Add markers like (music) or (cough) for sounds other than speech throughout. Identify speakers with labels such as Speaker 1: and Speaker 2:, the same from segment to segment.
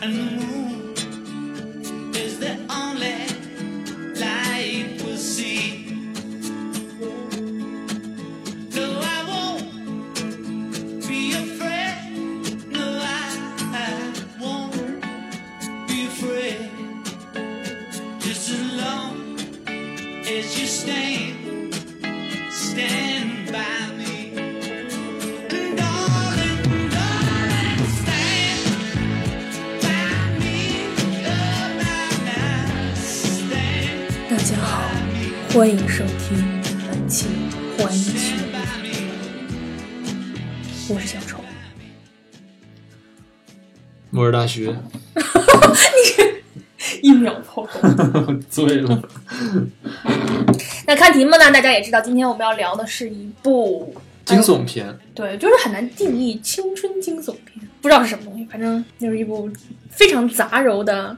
Speaker 1: and the moon is the only light we'll see. No, I won't be afraid. No, I, I won't be afraid. Just as long as you stand, stand by me. And darling, darling, stand by me. Oh, my, my, stand
Speaker 2: 大家好，欢迎收听本期《环球
Speaker 1: by me.》，
Speaker 2: 我是小丑。
Speaker 3: 我是大学，
Speaker 2: 一秒破功。
Speaker 3: 醉了。
Speaker 2: 那看题目呢，大家也知道，今天我们要聊的是一部
Speaker 3: (laughs)
Speaker 2: 哎
Speaker 3: 惊悚片，
Speaker 2: 对，就是很难定义青春惊悚片，不知道是什么东西，反正就是一部非常杂糅的、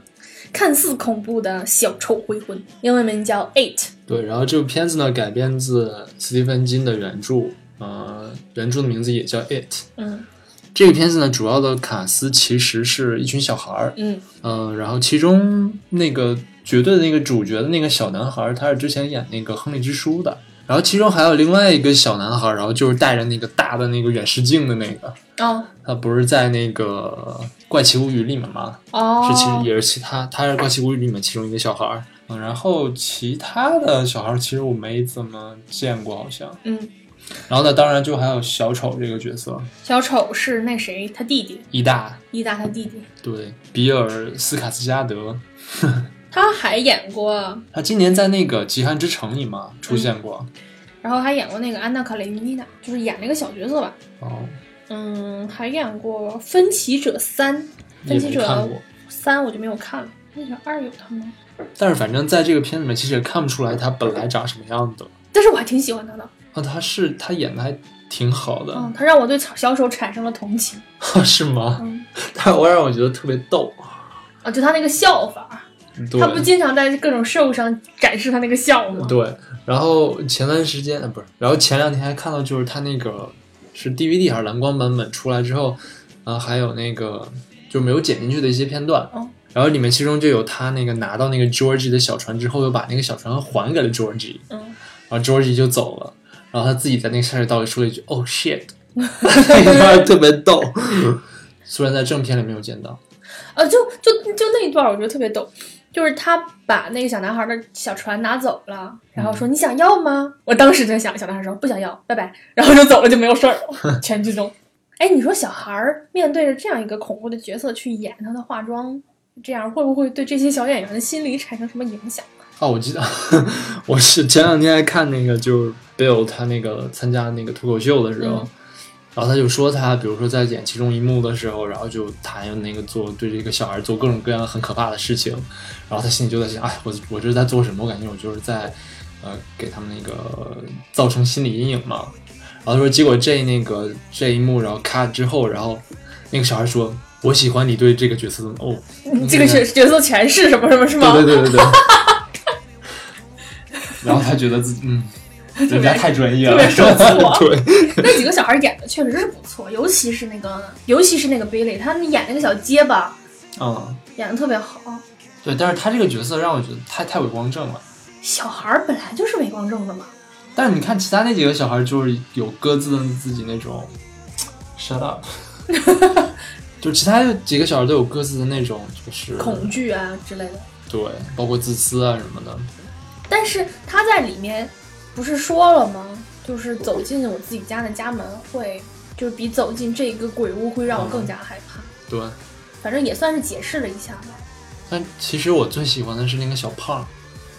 Speaker 2: 看似恐怖的小丑回魂，英文名叫《Eight》。
Speaker 3: 对，然后这部片子呢改编自斯蒂芬金的原著，呃，原著的名字也叫《It》。
Speaker 2: 嗯
Speaker 3: 这个片子呢，主要的卡司其实是一群小孩儿，
Speaker 2: 嗯
Speaker 3: 嗯、然后其中那个绝对的那个主角的那个小男孩儿，他是之前演那个《亨利之书》的，然后其中还有另外一个小男孩儿，然后就是带着那个大的那个远视镜的那个，
Speaker 2: 哦
Speaker 3: 他不是在那个《怪奇物语》里面吗？
Speaker 2: 哦，
Speaker 3: 是其实也是其他，他是《怪奇物语》里面其中一个小孩儿。嗯，然后其他的小孩儿其实我没怎么见过，好像。
Speaker 2: 嗯，
Speaker 3: 然后呢，当然就还有小丑这个角色，
Speaker 2: 小丑是那谁他弟弟，
Speaker 3: 伊大，
Speaker 2: 伊达他弟弟，
Speaker 3: 对，比尔斯卡斯加德，
Speaker 2: 他还演过
Speaker 3: 他今年在那个《极寒之城》里嘛出
Speaker 2: 嗯
Speaker 3: 现过。
Speaker 2: 然后还演过那个安娜卡列尼娜，就是演了一个小角色吧。
Speaker 3: 哦，
Speaker 2: 嗯，还演过《分歧者三》，《分
Speaker 3: 也
Speaker 2: 歧
Speaker 3: 没
Speaker 2: 者
Speaker 3: 看过。
Speaker 2: 三》我就没有看了。那是二有他吗？
Speaker 3: 但是反正在这个片里面，其实也看不出来他本来长什么样子。
Speaker 2: 但是我还挺喜欢他的，
Speaker 3: 啊，他是他演的还挺好的，
Speaker 2: 嗯，他让我对小丑产生了同情，
Speaker 3: (laughs) 是吗？
Speaker 2: 嗯，
Speaker 3: 他我让我觉得特别逗。
Speaker 2: 啊，就他那个笑法，
Speaker 3: 对
Speaker 2: 他不经常在各种 show 上展示他那个笑吗？
Speaker 3: 对，然后前段时间呃不是，然后前两天还看到就是他那个是 DVD 还是蓝光版本出来之后，啊、还有那个就没有剪进去的一些片段，
Speaker 2: 哦
Speaker 3: 然后里面其中就有他那个拿到那个 Georgie 的小船之后，又把那个小船还给了 Georgie，
Speaker 2: 嗯，
Speaker 3: 然后 Georgie 就走了，然后他自己在那个下水道里说了一句
Speaker 2: (laughs)
Speaker 3: “Oh shit”，那一段特别逗，虽然在正片里没有见到，
Speaker 2: 呃，就就就那一段我觉得特别逗，就是他把那个小男孩的小船拿走了，然后说、
Speaker 3: 嗯
Speaker 2: 你想要吗？我当时就想，小男孩说不想要，拜拜，然后就走了，就没有事儿
Speaker 3: (laughs)
Speaker 2: 了。全剧终。哎，你说小孩儿面对着这样一个恐怖的角色去演他的化妆，这样会不会对这些小演员的心理产生什么影响？ (laughs)
Speaker 3: 哦，我记得，我是前两天还看那个，就是 Bill 他那个参加那个脱口秀的时候，
Speaker 2: 嗯
Speaker 3: 然后他就说他，比如说在演其中一幕的时候，然后就谈那个做对这个小孩做各种各样很可怕的事情，然后他心里就在想，哎，我我这是在做什么？我感觉我就是在呃给他们那个造成心理阴影嘛。然后他说，结果这那个这一幕，然后咔之后，然后那个小孩说。我喜欢你对这个角色的哦，
Speaker 2: 这个角角色全是什么什么是吗？
Speaker 3: 对对对 (laughs) 对对。然后他觉得自己，
Speaker 2: (laughs)
Speaker 3: 嗯，人家太专业了，
Speaker 2: 特别受挫
Speaker 3: (laughs) 对，
Speaker 2: (laughs) 那几个小孩演的确实是不错，尤其是那个，尤其是那个 Billy，他演那个小结巴
Speaker 3: 嗯，
Speaker 2: 演的特别好。
Speaker 3: 对。但是他这个角色让我觉得太太伪光正了。
Speaker 2: 小孩儿本来就是伪光正的嘛，
Speaker 3: 但是你看其他那几个小孩，就是有各自的自己那种 shut
Speaker 2: (laughs)
Speaker 3: up，就是其他几个小孩都有各自的那种，就是
Speaker 2: 恐惧啊之类的。
Speaker 3: 对，包括自私啊什么的。
Speaker 2: 但是他在里面不是说了吗？就是走进我自己家的家门会，就是比走进这个鬼屋会让我更加害怕。
Speaker 3: 对，
Speaker 2: 反正也算是解释了一下吧。
Speaker 3: 但其实我最喜欢的是那个小胖儿，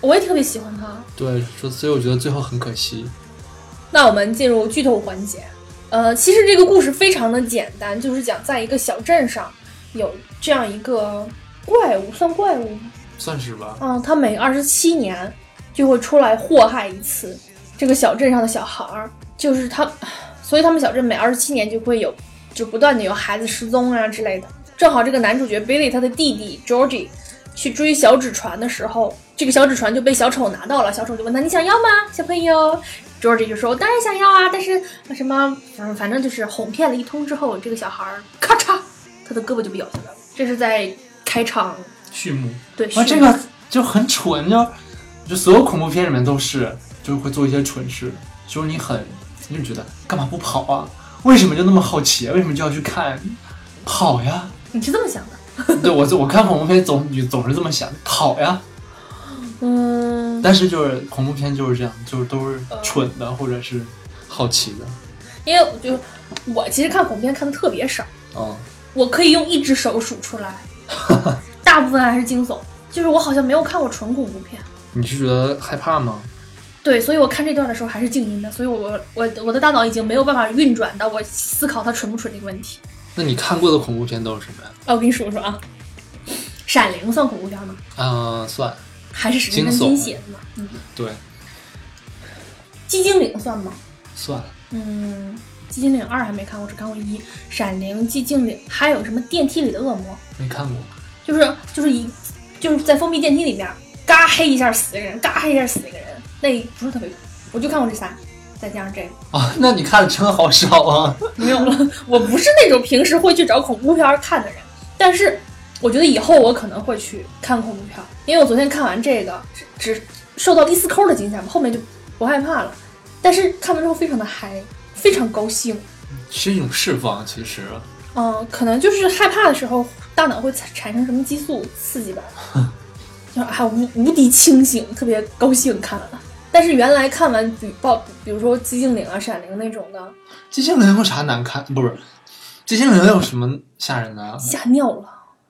Speaker 2: 我也特别喜欢他。
Speaker 3: 对，所所以我觉得最后很可惜。
Speaker 2: 那我们进入剧透环节。呃，其实这个故事非常的简单，就是讲在一个小镇上有这样一个怪物，算怪物吗？
Speaker 3: 算是吧，
Speaker 2: 嗯，他每二十七年就会出来祸害一次这个小镇上的小孩儿，就是他，所以他们小镇每二十七年就会有，就不断的有孩子失踪啊之类的。正好这个男主角 Billy 他的弟弟 Georgie 去追小纸船的时候，这个小纸船就被小丑拿到了，小丑就问他你想要吗，小朋友？Georgie 就说我当然想要啊，但是呃什么，嗯，反正就是哄骗了一通之后，这个小孩儿咔嚓，他的胳膊就被咬下来了。这是在开场，
Speaker 3: 序幕。
Speaker 2: 对，是
Speaker 3: 啊，这个就很蠢，就就所有恐怖片里面都是，就会做一些蠢事，就是你很，你就觉得干嘛不跑啊？为什么就那么好奇？啊为什么就要去看？跑呀！
Speaker 2: (laughs)
Speaker 3: (laughs)
Speaker 2: 你是这么想的？
Speaker 3: 对我我看恐怖片总总是这么想，跑呀！
Speaker 2: 嗯，
Speaker 3: 但是就是恐怖片就是这样，就是都是蠢的或者是好奇的。
Speaker 2: 因为我就我其实看恐怖片看的特别少，
Speaker 3: 嗯，
Speaker 2: 我可以用一只手数出 (laughs) 来，大部分还是惊悚，就是我好像没有看过纯恐怖片。
Speaker 3: 你是觉得害怕吗？
Speaker 2: 对，所以我看这段的时候还是静音的，所以我我我的大脑已经没有办法运转到我思考它纯不纯这个问题。
Speaker 3: 那你看过的恐怖片都是什么呀？
Speaker 2: 啊，我给你数数啊，《闪灵》算恐怖片吗？
Speaker 3: 啊、算
Speaker 2: 还是史蒂芬
Speaker 3: 惊悚
Speaker 2: 金写的呢？嗯，
Speaker 3: 对
Speaker 2: 《寂静岭》算吗？
Speaker 3: 算，
Speaker 2: 嗯，《寂静岭二》还没看过，只看过一，《闪灵》《寂静岭》，还有什么电梯里的恶魔？
Speaker 3: 没看过。
Speaker 2: 就是就是一就是在封闭电梯里面，嘎黑一下死一个人，嘎黑一下死一个人，那不是特别，我就看过这仨，再加上这个。
Speaker 3: 啊，那你看的真好少啊！
Speaker 2: 没有了。 (laughs) 我不是那种平时会去找恐怖片儿看的人，但是我觉得以后我可能会去看恐怖片儿，因为我昨天看完这个，只只受到第四抠的影响，后面就不害怕了。但是看完之后非常的嗨，非常高兴。
Speaker 3: 是一种释放，其实
Speaker 2: 嗯，可能就是害怕的时候，大脑会产产生什么激素刺激吧，就是还无无敌清醒，特别高兴看完了。但是原来看完比报，比如说《寂静岭》啊、《闪灵》那种的，
Speaker 3: 寂静岭有啥难看？不是，寂静岭有什么吓人的啊
Speaker 2: 吓尿了。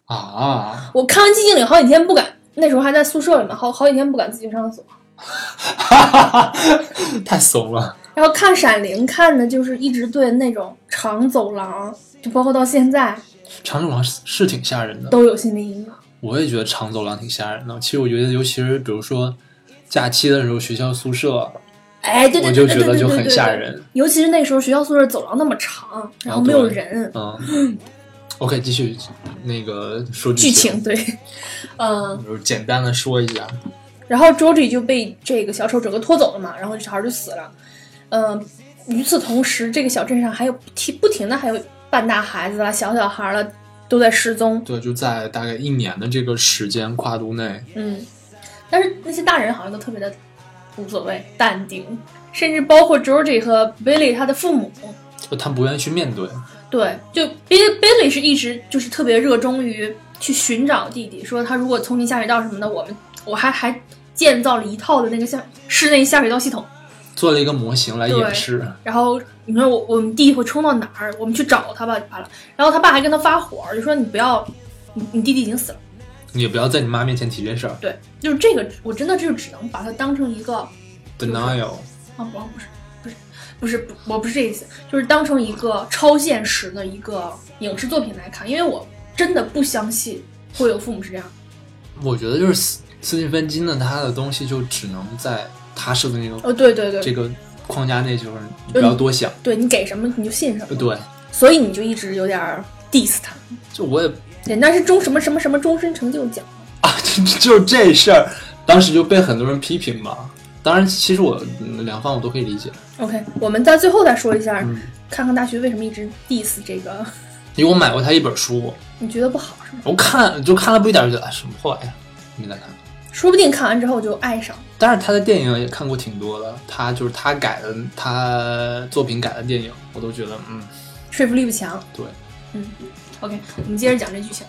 Speaker 3: 啊？ (laughs)
Speaker 2: 我看完《寂静岭》好几天不敢，那时候还在宿舍里嘛，好好几天不敢自己上厕所。
Speaker 3: 太怂了！
Speaker 2: 然后看《闪灵》，看的就是一直对那种长走廊，就包括到现在
Speaker 3: 长走廊是是挺吓人的，
Speaker 2: 都有心理阴影。
Speaker 3: 我也觉得长走廊挺吓人的。其实我觉得，尤其是比如说假期的时候，学校宿舍，
Speaker 2: 哎，对对对
Speaker 3: 我就
Speaker 2: 对
Speaker 3: 觉
Speaker 2: 对对
Speaker 3: 得
Speaker 2: 对
Speaker 3: 就
Speaker 2: 对
Speaker 3: 很吓人。
Speaker 2: 尤其是那时候学校宿舍走廊那么长，然后没有人，
Speaker 3: 嗯，OK，继续那个说
Speaker 2: 剧
Speaker 3: 剧
Speaker 2: 情对， (laughs) 嗯，
Speaker 3: 就是简单的说一下。
Speaker 2: 然后 Georgie 就被这个小丑整个拖走了嘛，然后这小孩就死了。嗯、与此同时，这个小镇上还有不停不停的还有半大孩子啦、啊小小孩了都在失踪。
Speaker 3: 对，就在大概一年的这个时间跨度内，
Speaker 2: 嗯，但是那些大人好像都特别的无所谓、淡定，甚至包括 Georgie 和 Billy 他的父母，
Speaker 3: 就他不愿意去面对。
Speaker 2: 对，就 Billy Billy 是一直就是特别热衷于去寻找弟弟，说他如果从进下水道什么的，我们我还还建造了一套的那个下室内下水道系统，
Speaker 3: 做了一个模型来演示。
Speaker 2: 然后你说我我们弟弟会冲到哪儿？我们去找他吧，完了，然后他爸还跟他发火，就说你不要，你你弟弟已经死了。
Speaker 3: 你也不要在你妈面前提这事儿。
Speaker 2: 对，就是这个，我真的就只能把它当成一个
Speaker 3: Denial，
Speaker 2: 啊，不，不是，不是，不是，不，我不是这意思，就是当成一个超现实的一个影视作品来看，因为我真的不相信会有父母是这样。
Speaker 3: 我觉得就是斯斯蒂芬金的他的东西就只能在他设的那个
Speaker 2: 哦，对对对，
Speaker 3: 这个框架内，就是你不要多想。
Speaker 2: 对你给什么你就信什么，
Speaker 3: 对，
Speaker 2: 所以你就一直有点儿 diss 他。
Speaker 3: 就我也 (laughs)
Speaker 2: 人家是终什么什么什么终身成就奖，
Speaker 3: 啊，就就这事儿，当时就被很多人批评嘛。当然，其实我嗯两方我都可以理解，
Speaker 2: OK，我们在最后再说一下，
Speaker 3: 嗯
Speaker 2: 看看大学为什么一直 diss 这个， (laughs)
Speaker 3: 因为我买过他一本书，
Speaker 2: 你觉得不好是吗？
Speaker 3: 我看就看了不一点儿就觉得哎什么破玩意儿，没再看。
Speaker 2: 说不定看完之后就爱上了。
Speaker 3: 但是他的电影也看过挺多的，他就是他改的，他作品改的电影，我都觉得嗯，
Speaker 2: 说服力不强。
Speaker 3: 对，
Speaker 2: 嗯，OK，我们接着讲这剧情。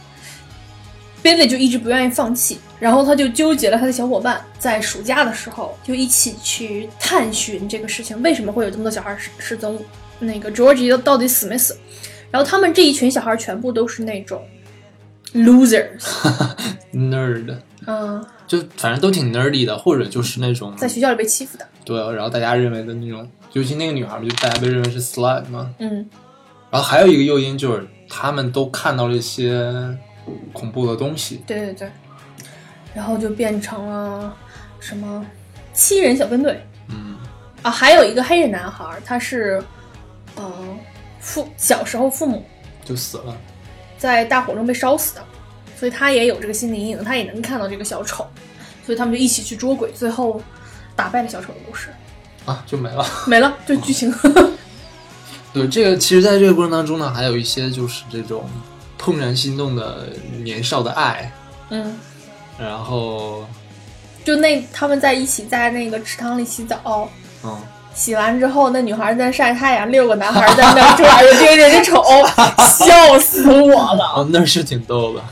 Speaker 2: Billy 就一直不愿意放弃，然后他就纠结了他的小伙伴，在暑假的时候就一起去探寻这个事情，为什么会有这么多小孩失失踪？那个 Georgie 到底死没死？然后他们这一群小孩全部都是那种 losers，
Speaker 3: nerd，
Speaker 2: 嗯，
Speaker 3: 就反正都挺 nerdy 的，或者就是那种
Speaker 2: 在学校里被欺负的，
Speaker 3: 对，然后大家认为的那种，尤其那个女孩嘛，就大家被认为是 slut 嘛。
Speaker 2: 嗯，
Speaker 3: 然后还有一个诱因就是他们都看到了一些恐怖的东西，
Speaker 2: 对对对，然后就变成了什么七人小分队，
Speaker 3: 嗯，
Speaker 2: 啊，还有一个黑人男孩儿，他是，嗯、父小时候父母
Speaker 3: 就死了。
Speaker 2: 在大火中被烧死的，所以他也有这个心理阴影，他也能看到这个小丑，所以他们就一起去捉鬼，最后打败了小丑的故事，
Speaker 3: 啊，就没了。 (laughs)
Speaker 2: 没了，这剧情。 (laughs)
Speaker 3: 对，这个其实在这个过程当中呢，还有一些就是这种怦然心动的年少的爱，
Speaker 2: 嗯，
Speaker 3: 然后
Speaker 2: 就那他们在一起在那个池塘里洗澡，
Speaker 3: 嗯，
Speaker 2: 洗完之后那女孩在晒太阳，六个男孩在 (laughs) 那转着盯着这瞅，笑死我了。
Speaker 3: 哦，那是挺逗的，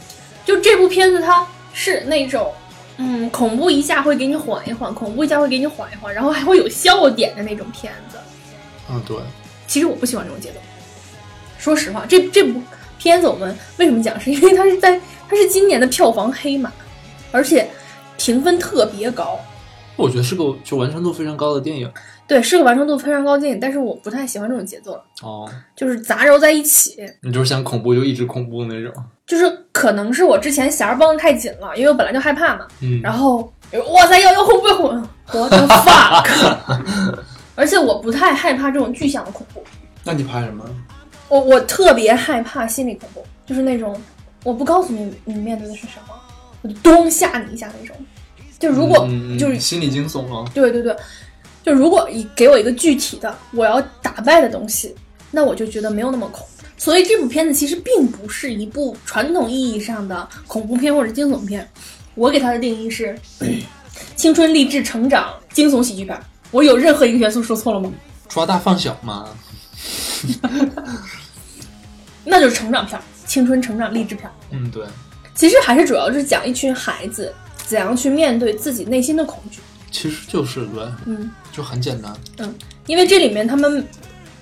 Speaker 2: 就这部片子，它是那种，嗯，恐怖一下会给你缓一缓，恐怖一下会给你缓一缓，然后还会有笑点的那种片子。
Speaker 3: 嗯，对，
Speaker 2: 其实我不喜欢这种节奏。说实话，这这部片子我们为什么讲，是因为它是在它是今年的票房黑马，而且评分特别高。
Speaker 3: 我觉得是个就完成度非常高的电影
Speaker 2: 对，是个完成度非常高的电影，但是我不太喜欢这种节奏了，
Speaker 3: 哦，
Speaker 2: 就是杂糅在一起，
Speaker 3: 你就是想恐怖就一直恐怖那种，
Speaker 2: 就是可能是我之前弦儿绷得太紧了，因为我本来就害怕嘛，
Speaker 3: 嗯，
Speaker 2: 然后哇塞，要要恐怖要恐怖，what the fuck！而
Speaker 3: (laughs)
Speaker 2: 且我不太害怕这种具象的恐怖，
Speaker 3: 那你怕什么？
Speaker 2: 我我特别害怕心理恐怖，就是那种我不告诉你你面对的是什么，我就咚吓你一下那种。就如果、
Speaker 3: 嗯嗯嗯
Speaker 2: 就是
Speaker 3: 心理惊悚啊，
Speaker 2: 对对对，就如果你给我一个具体的我要打败的东西，那我就觉得没有那么恐。所以这部片子其实并不是一部传统意义上的恐怖片或者惊悚片，我给它的定义是青春励志成长惊悚喜剧片。我有任何一个元素说错了吗？
Speaker 3: 抓大放小嘛，
Speaker 2: 那就是成长片儿，青春成长励志片儿。
Speaker 3: 嗯，对，
Speaker 2: 其实还是主要是讲一群孩子怎样去面对自己内心的恐惧。
Speaker 3: 其实就是对，
Speaker 2: 嗯，
Speaker 3: 就很简单，
Speaker 2: 因为这里面他们，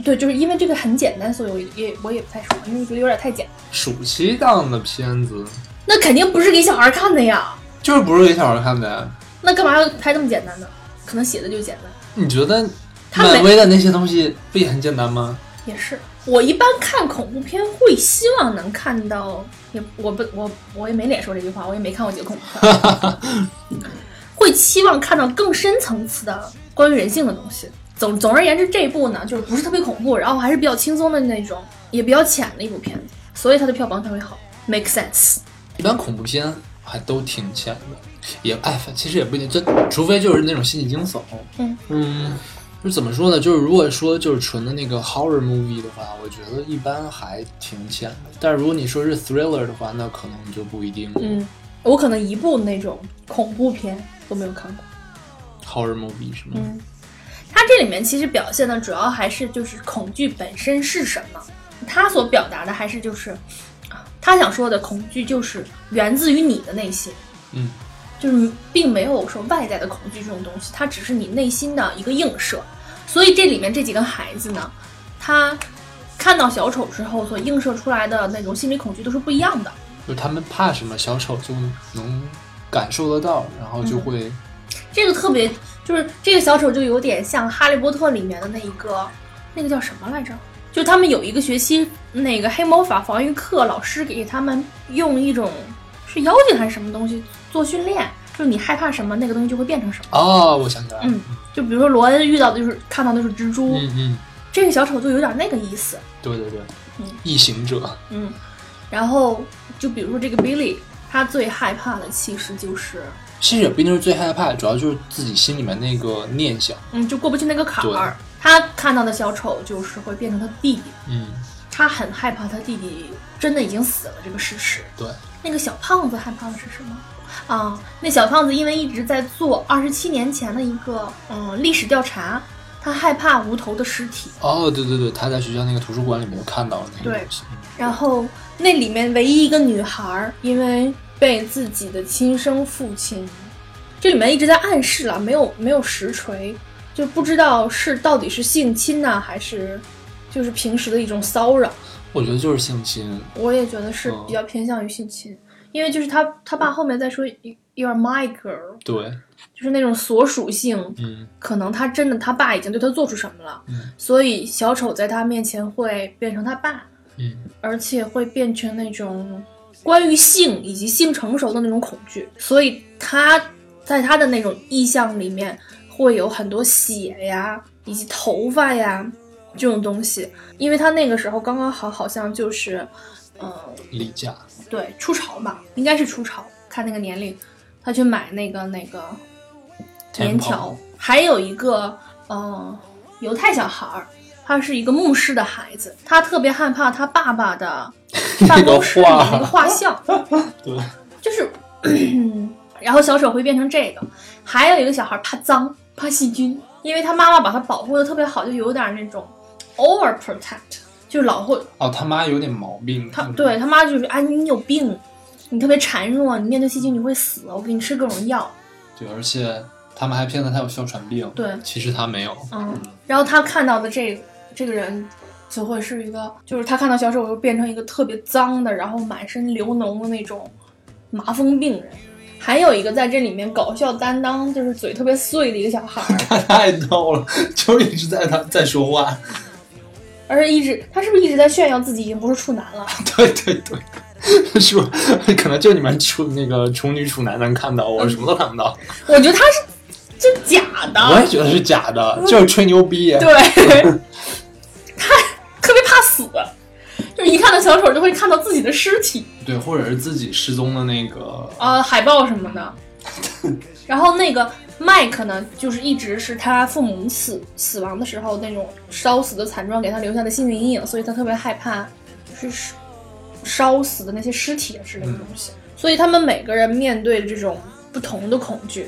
Speaker 2: 对，就是因为这个很简单，所以我也我也不太说，因为我觉得有点太简单。
Speaker 3: 暑期档的片子
Speaker 2: 那肯定不是给小孩看的呀，
Speaker 3: 就是不是给小孩看的呀。
Speaker 2: 那干嘛要拍这么简单呢？可能写的就简单，
Speaker 3: 你觉得
Speaker 2: 他没
Speaker 3: 漫威的那些东西不也很简单吗？
Speaker 2: 也是。我一般看恐怖片会希望能看到，也我不我我也没脸说这句话，我也没看过几个恐怖片，会期望看到更深层次的关于人性的东西。总总而言之，这一部呢就是不是特别恐怖，然后还是比较轻松的那种，也比较浅的一部片子，所以它的票房才会好，make sense。
Speaker 3: 一般恐怖片还都挺浅的，也哎，其实也不一定，这除非就是那种心理惊悚。
Speaker 2: 嗯
Speaker 3: 嗯，就是怎么说呢？就是如果说就是纯的那个 horror movie 的话，我觉得一般还挺浅的。但如果你说是 thriller 的话，那可能就不一定。
Speaker 2: 嗯，我可能一部那种恐怖片都没有看过。
Speaker 3: horror movie 是吗？
Speaker 2: 嗯，它这里面其实表现的主要还是就是恐惧本身是什么，它所表达的还是就是，呃他想说的恐惧就是源自于你的内心，
Speaker 3: 嗯
Speaker 2: 就是并没有说外在的恐惧这种东西，它只是你内心的一个映射。所以这里面这几个孩子呢，他看到小丑之后所映射出来的那种心理恐惧都是不一样的。
Speaker 3: 就他们怕什么，小丑就能感受得到，然后就
Speaker 2: 嗯
Speaker 3: 会
Speaker 2: 这个特别就是这个小丑就有点像《哈利波特》里面的那一个，那个叫什么来着？就他们有一个学期那个黑魔法防御课，老师给他们用一种是妖精还是什么东西做训练，就是你害怕什么，那个东西就会变成什么。
Speaker 3: 哦，我想起来了，
Speaker 2: 嗯就比如说罗恩遇到的就是看到的是蜘蛛，
Speaker 3: 嗯嗯，
Speaker 2: 这个小丑就有点那个意思，
Speaker 3: 对对对，
Speaker 2: 嗯
Speaker 3: 异形者，
Speaker 2: 嗯。然后就比如说这个 Billy，他最害怕的其实就是，
Speaker 3: 其实也不一定是最害怕，主要就是自己心里面那个念想。
Speaker 2: 嗯，就过不去那个坎
Speaker 3: 对
Speaker 2: 儿。他看到的小丑就是会变成他弟弟，
Speaker 3: 嗯，
Speaker 2: 他很害怕他弟弟真的已经死了这个事实。
Speaker 3: 对，
Speaker 2: 那个小胖子害怕的是什么？啊，那小胖子因为一直在做二十七年前的一个嗯历史调查，他害怕无头的尸体。
Speaker 3: 哦，对对对，他在学校那个图书馆里面有看到那个
Speaker 2: 对
Speaker 3: 东西。
Speaker 2: 然后那里面唯一一个女孩儿，因为被自己的亲生父亲，这里面一直在暗示了，没有没有实锤，就不知道是到底是性侵呢、还是就是平时的一种骚扰。
Speaker 3: 我觉得就是性侵，
Speaker 2: 我也觉得是比较偏向于性侵，因为就是他他爸后面再说 "You- "You're my girl"，
Speaker 3: 对，
Speaker 2: 就是那种所属性，
Speaker 3: 嗯，
Speaker 2: 可能他真的他爸已经对他做出什么了，
Speaker 3: 嗯
Speaker 2: 所以小丑在他面前会变成他爸，
Speaker 3: 嗯，
Speaker 2: 而且会变成那种关于性以及性成熟的那种恐惧，所以他在他的那种意象里面会有很多血呀，以及头发呀这种东西，因为他那个时候刚刚好好像就是，嗯、
Speaker 3: 例假，
Speaker 2: 对，初潮吧，应该是初潮，看那个年龄，他去买那个那个
Speaker 3: Tampon
Speaker 2: 棉条，还有一个呃 (laughs) 犹太小孩儿，他是一个牧师的孩子，他特别害怕他爸爸的办
Speaker 3: 那个
Speaker 2: 公室里的那个
Speaker 3: 画，
Speaker 2: 画像，
Speaker 3: 对，
Speaker 2: 就是， (clears throat) 然后小手会变成这个。还有一个小孩怕脏，怕细菌，因为他妈妈把他保护的特别好，就有点那种 over protect，就是老会
Speaker 3: 哦，他妈有点毛病，
Speaker 2: 他对他妈就是啊，你你有病，你特别孱弱，你面对细菌你会死，我给你吃各种药。
Speaker 3: 对，而且他们还骗他他有哮喘病，
Speaker 2: 对
Speaker 3: 其实他没有，
Speaker 2: 嗯，然后他看到的这个这个人，就会是一个，就是他看到小丑又变成一个特别脏的，然后满身流脓的那种麻风病人。还有一个在这里面搞笑担当，就是嘴特别碎的一个小孩儿，
Speaker 3: 他太逗了， (laughs) 就是一直在他在说话，
Speaker 2: 而且一直他是不是一直在炫耀自己已经不是处男了？ (laughs)
Speaker 3: 对对对， (laughs) 说可能就你们处那个处女处男能看到，
Speaker 2: 嗯
Speaker 3: 我什么都看不到，
Speaker 2: 我觉得他是这假
Speaker 3: 我
Speaker 2: 的，
Speaker 3: 也觉得是假的，就是吹牛逼。
Speaker 2: 啊嗯对，他特别怕死，就是一看到小丑就会看到自己的尸体。
Speaker 3: 对，或者是自己失踪的那个，
Speaker 2: 呃海报什么的。然后那个麦克呢，就是一直是他父母死死亡的时候那种烧死的惨状给他留下的心理阴影，所以他特别害怕，就是烧死的那些尸体啊之类的东西。所以他们每个人面对这种不同的恐惧，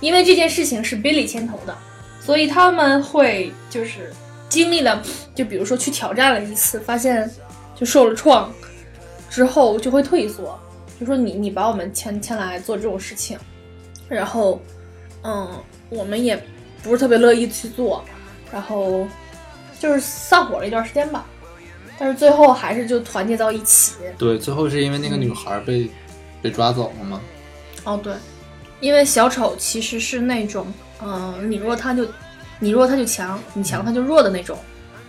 Speaker 2: 因为这件事情是 Billy 牵头的，所以他们会就是经历了，就比如说去挑战了一次，发现就受了创之后就会退缩，就说你你把我们牵牵来做这种事情，然后嗯，我们也不是特别乐意去做，然后就是散伙了一段时间吧，但是最后还是就团结到一起。
Speaker 3: 对，最后是因为那个女孩被、被抓走了嘛，
Speaker 2: 哦，对，因为小丑其实是那种，嗯、你弱他就你弱他就强，你强他就弱的那种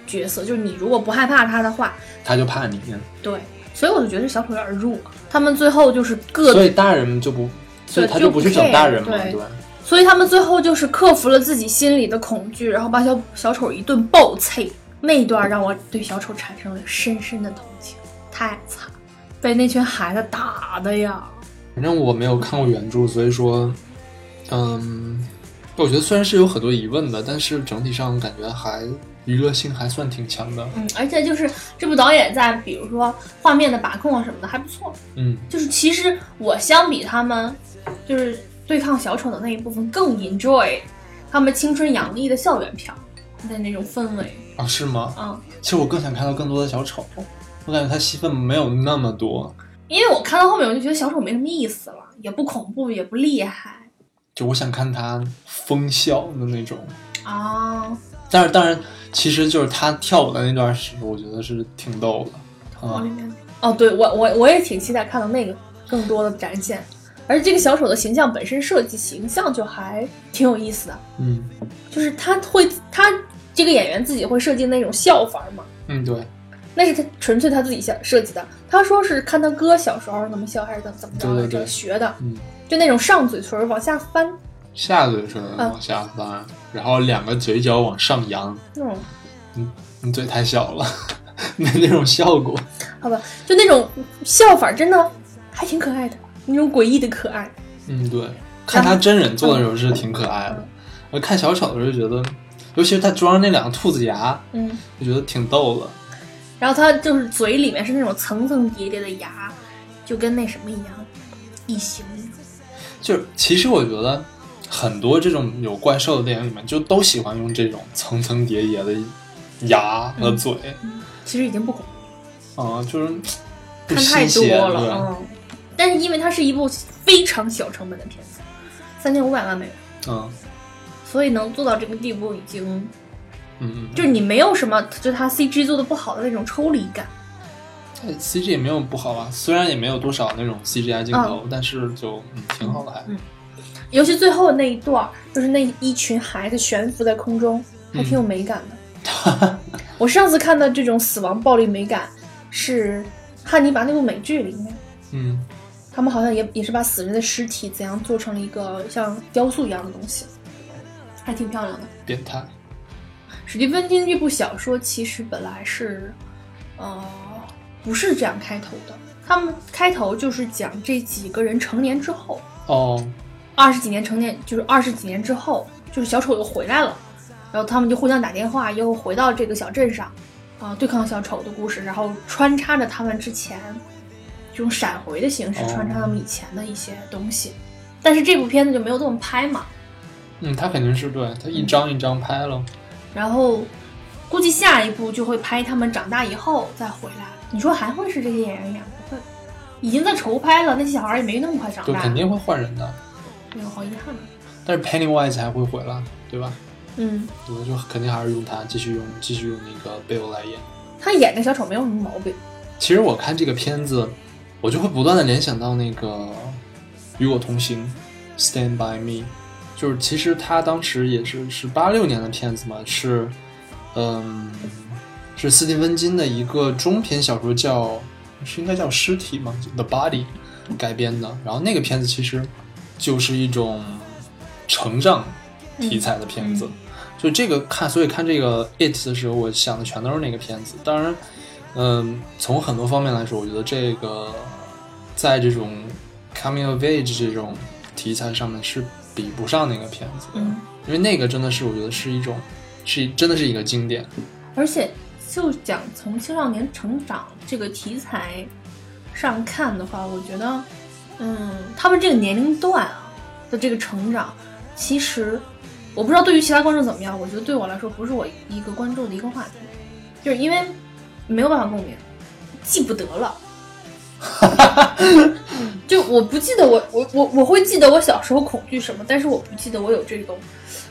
Speaker 2: 角色，就是你如果不害怕他的话，
Speaker 3: 她就怕你，
Speaker 2: 对，所以我就觉得小丑有点弱。他们最后就是各
Speaker 3: 所以大人就不，所以他
Speaker 2: 就
Speaker 3: 不
Speaker 2: 不
Speaker 3: 去整
Speaker 2: care，
Speaker 3: 大人嘛，
Speaker 2: 对
Speaker 3: 对吧？
Speaker 2: 所以他们最后就是克服了自己心里的恐惧，然后把小小丑一顿暴揍。那一段让我对小丑产生了深深的同情，太惨，被那群孩子打的呀。
Speaker 3: 反正我没有看过原著，所以说，嗯，我觉得虽然是有很多疑问的，但是整体上感觉还娱乐性还算挺强的。
Speaker 2: 嗯，而且就是这部导演在比如说画面的把控啊什么的还不错。
Speaker 3: 嗯，
Speaker 2: 就是其实我相比他们，就是对抗小丑的那一部分更 enjoy 他们青春洋溢的校园片儿的那种氛围。
Speaker 3: 啊，是吗？
Speaker 2: 嗯，
Speaker 3: 其实我更想看到更多的小丑，我感觉他戏份没有那么多，
Speaker 2: 因为我看到后面我就觉得小丑没什么意思了，也不恐怖，也不厉害
Speaker 3: 就我想看他疯笑的那种。哦
Speaker 2: 啊。
Speaker 3: 但是，当然，其实就是他跳舞的那段时，我觉得是挺逗的啊、
Speaker 2: 哦，对我我我也挺期待看到那个更多的展现，而且这个小丑的形象本身设计形象就还挺有意思的，
Speaker 3: 嗯
Speaker 2: 就是他会他这个演员自己会设计那种笑法嘛。
Speaker 3: 嗯，对
Speaker 2: 那是他纯粹他自己想设计的。他说是看他哥小时候那么笑，还是怎么怎么着
Speaker 3: 对
Speaker 2: 来
Speaker 3: 对对
Speaker 2: 着学的，
Speaker 3: 嗯，
Speaker 2: 就那种上嘴唇往下翻
Speaker 3: 下嘴唇往下翻，然后两个嘴角往上扬，
Speaker 2: 那种，
Speaker 3: 你嘴太小了， (laughs) 没那种效果。
Speaker 2: 好吧，就那种笑法，真的还挺可爱的，那种诡异的可爱。
Speaker 3: 嗯，对，看他真人做的时候是挺可爱的，我看小丑的时候就觉得，尤其是他装上那两个兔子牙，
Speaker 2: 嗯，
Speaker 3: 就觉得挺逗的。
Speaker 2: 然后他就是嘴里面是那种层层叠叠的牙，就跟那什么一样，异形一样。
Speaker 3: 就是其实我觉得很多这种有怪兽的电影里面，就都喜欢用这种层层叠叠的牙和嘴，
Speaker 2: 其实已经不恐怖了。
Speaker 3: 啊、就是不
Speaker 2: 看太
Speaker 3: 新
Speaker 2: 多
Speaker 3: 鲜，对吧，
Speaker 2: 了，嗯。但是因为它是一部非常小成本的片子，三千五百万美元，
Speaker 3: 嗯
Speaker 2: 所以能做到这个地步已经
Speaker 3: 嗯嗯，
Speaker 2: 就是你没有什么，就它 CG 做的不好的那种抽离感。
Speaker 3: 哎 CG 也没有不好啊，虽然也没有多少那种 CGI 镜头，但是就嗯挺好的还，
Speaker 2: 嗯尤其最后那一段儿，就是那一群孩子悬浮在空中，还挺有美感的。
Speaker 3: (laughs)
Speaker 2: 我上次看到这种死亡暴力美感是《汉尼拔》那部美剧里面，
Speaker 3: 嗯
Speaker 2: 他们好像也也是把死人的尸体怎样做成了一个像雕塑一样的东西，还挺漂亮的。
Speaker 3: 变态，
Speaker 2: 史蒂芬金这部小说其实本来是，呃，不是这样开头的。他们开头就是讲这几个人成年之后，
Speaker 3: 哦，
Speaker 2: 二十几年成年，就是二十几年之后，就是小丑又回来了，然后他们就互相打电话，又回到这个小镇上，啊、对抗小丑的故事，然后穿插着他们之前这种闪回的形式，
Speaker 3: 哦
Speaker 2: 穿插他们以前的一些东西。但是这部片子就没有这么拍嘛，
Speaker 3: 嗯，他肯定是对他一
Speaker 2: 嗯
Speaker 3: 张一张拍了，
Speaker 2: 然后估计下一部就会拍他们长大以后再回来。你说还会是这些演员演？不会，已经在筹拍了，那些小孩儿也没那么快长
Speaker 3: 对，
Speaker 2: 大，
Speaker 3: 肯定会换人的。
Speaker 2: 哎呦，好遗憾啊。
Speaker 3: 但是 Pennywise 还会回来，对吧？
Speaker 2: 嗯，
Speaker 3: 我就肯定还是用他继续用继续用那个贝欧来演。
Speaker 2: 他演的小丑没有什么毛病。
Speaker 3: 其实我看这个片子，我就会不断的联想到那个《与我同行》（Stand by Me），就是其实他当时也是是八六年的片子嘛，是嗯是斯蒂芬金的一个中篇小说叫是应该叫《尸体》吗？The Body 改编的。然后那个片子其实就是一种成长题材的片子。所以这个看，所以看这个 It 的时候，我想的全都是那个片子。当然，嗯，从很多方面来说，我觉得这个在这种 coming of age 这种题材上面是比不上那个片子的，
Speaker 2: 嗯，
Speaker 3: 因为那个真的是我觉得是一种，是真的是一个经典。
Speaker 2: 而且就讲从青少年成长这个题材上看的话，我觉得，嗯，他们这个年龄段啊的这个成长，其实我不知道对于其他观众怎么样，我觉得对我来说不是我一个关注的一个话题，就是因为没有办法共鸣，记不得了。 (laughs) 就我不记得我我我我会记得我小时候恐惧什么，但是我不记得我有这种，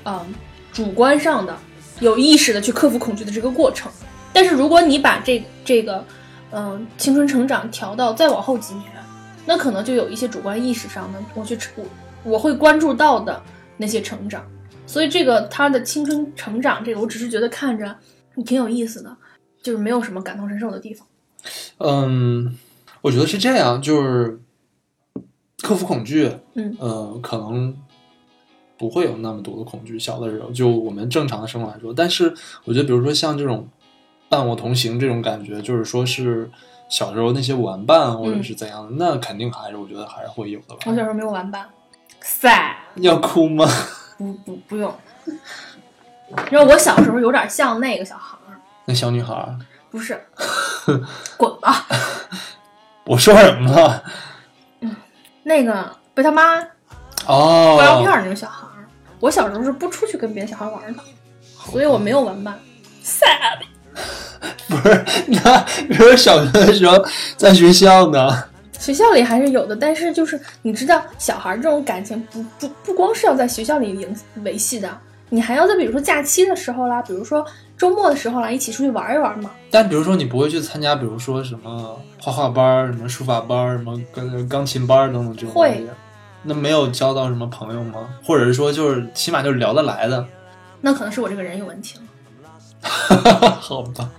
Speaker 2: 嗯，主观上的有意识的去克服恐惧的这个过程。但是如果你把这这个，嗯、青春成长调到再往后几年，那可能就有一些主观意识上的，我去我我会关注到的那些成长。所以这个他的青春成长，这个我只是觉得看着挺有意思的，就是没有什么感同身受的地方。
Speaker 3: 嗯，我觉得是这样，就是克服恐惧，
Speaker 2: 嗯
Speaker 3: 呃，可能不会有那么多的恐惧。小的时候，就我们正常的生活来说，但是我觉得，比如说像这种伴我同行这种感觉，就是说是小时候那些玩伴或
Speaker 2: 嗯
Speaker 3: 者是怎样的，那肯定还是我觉得还是会有的
Speaker 2: 我小
Speaker 3: 吧。
Speaker 2: 时候没有玩 (laughs) 伴，塞，
Speaker 3: 要哭吗？
Speaker 2: 不不不用。因为我小时候有点像那个小孩儿，
Speaker 3: 那小女孩儿，
Speaker 2: 不 (laughs) 是，滚吧。
Speaker 3: 我说什么了？
Speaker 2: 那个被他妈
Speaker 3: 哦，
Speaker 2: 刮药片儿那种小孩儿。我小时候是不出去跟别的小孩玩儿的，所以我没有玩伴。傻逼，
Speaker 3: 不是，那比如说小学的时候在学校呢，
Speaker 2: 学校里还是有的，但是就是你知道，小孩儿这种感情不不不光是要在学校里营维系的，你还要在比如说假期的时候啦，比如说周末的时候啦，一起出去玩一玩嘛。
Speaker 3: 但比如说，你不会去参加，比如说什么画画班儿、什么书法班儿、什么跟钢琴班儿等等这种东西
Speaker 2: 会。
Speaker 3: 那没有交到什么朋友吗？或者是说，就是起码就是聊得来的？
Speaker 2: 那可能是我这个人有问题了， (coughs)
Speaker 3: 好吧。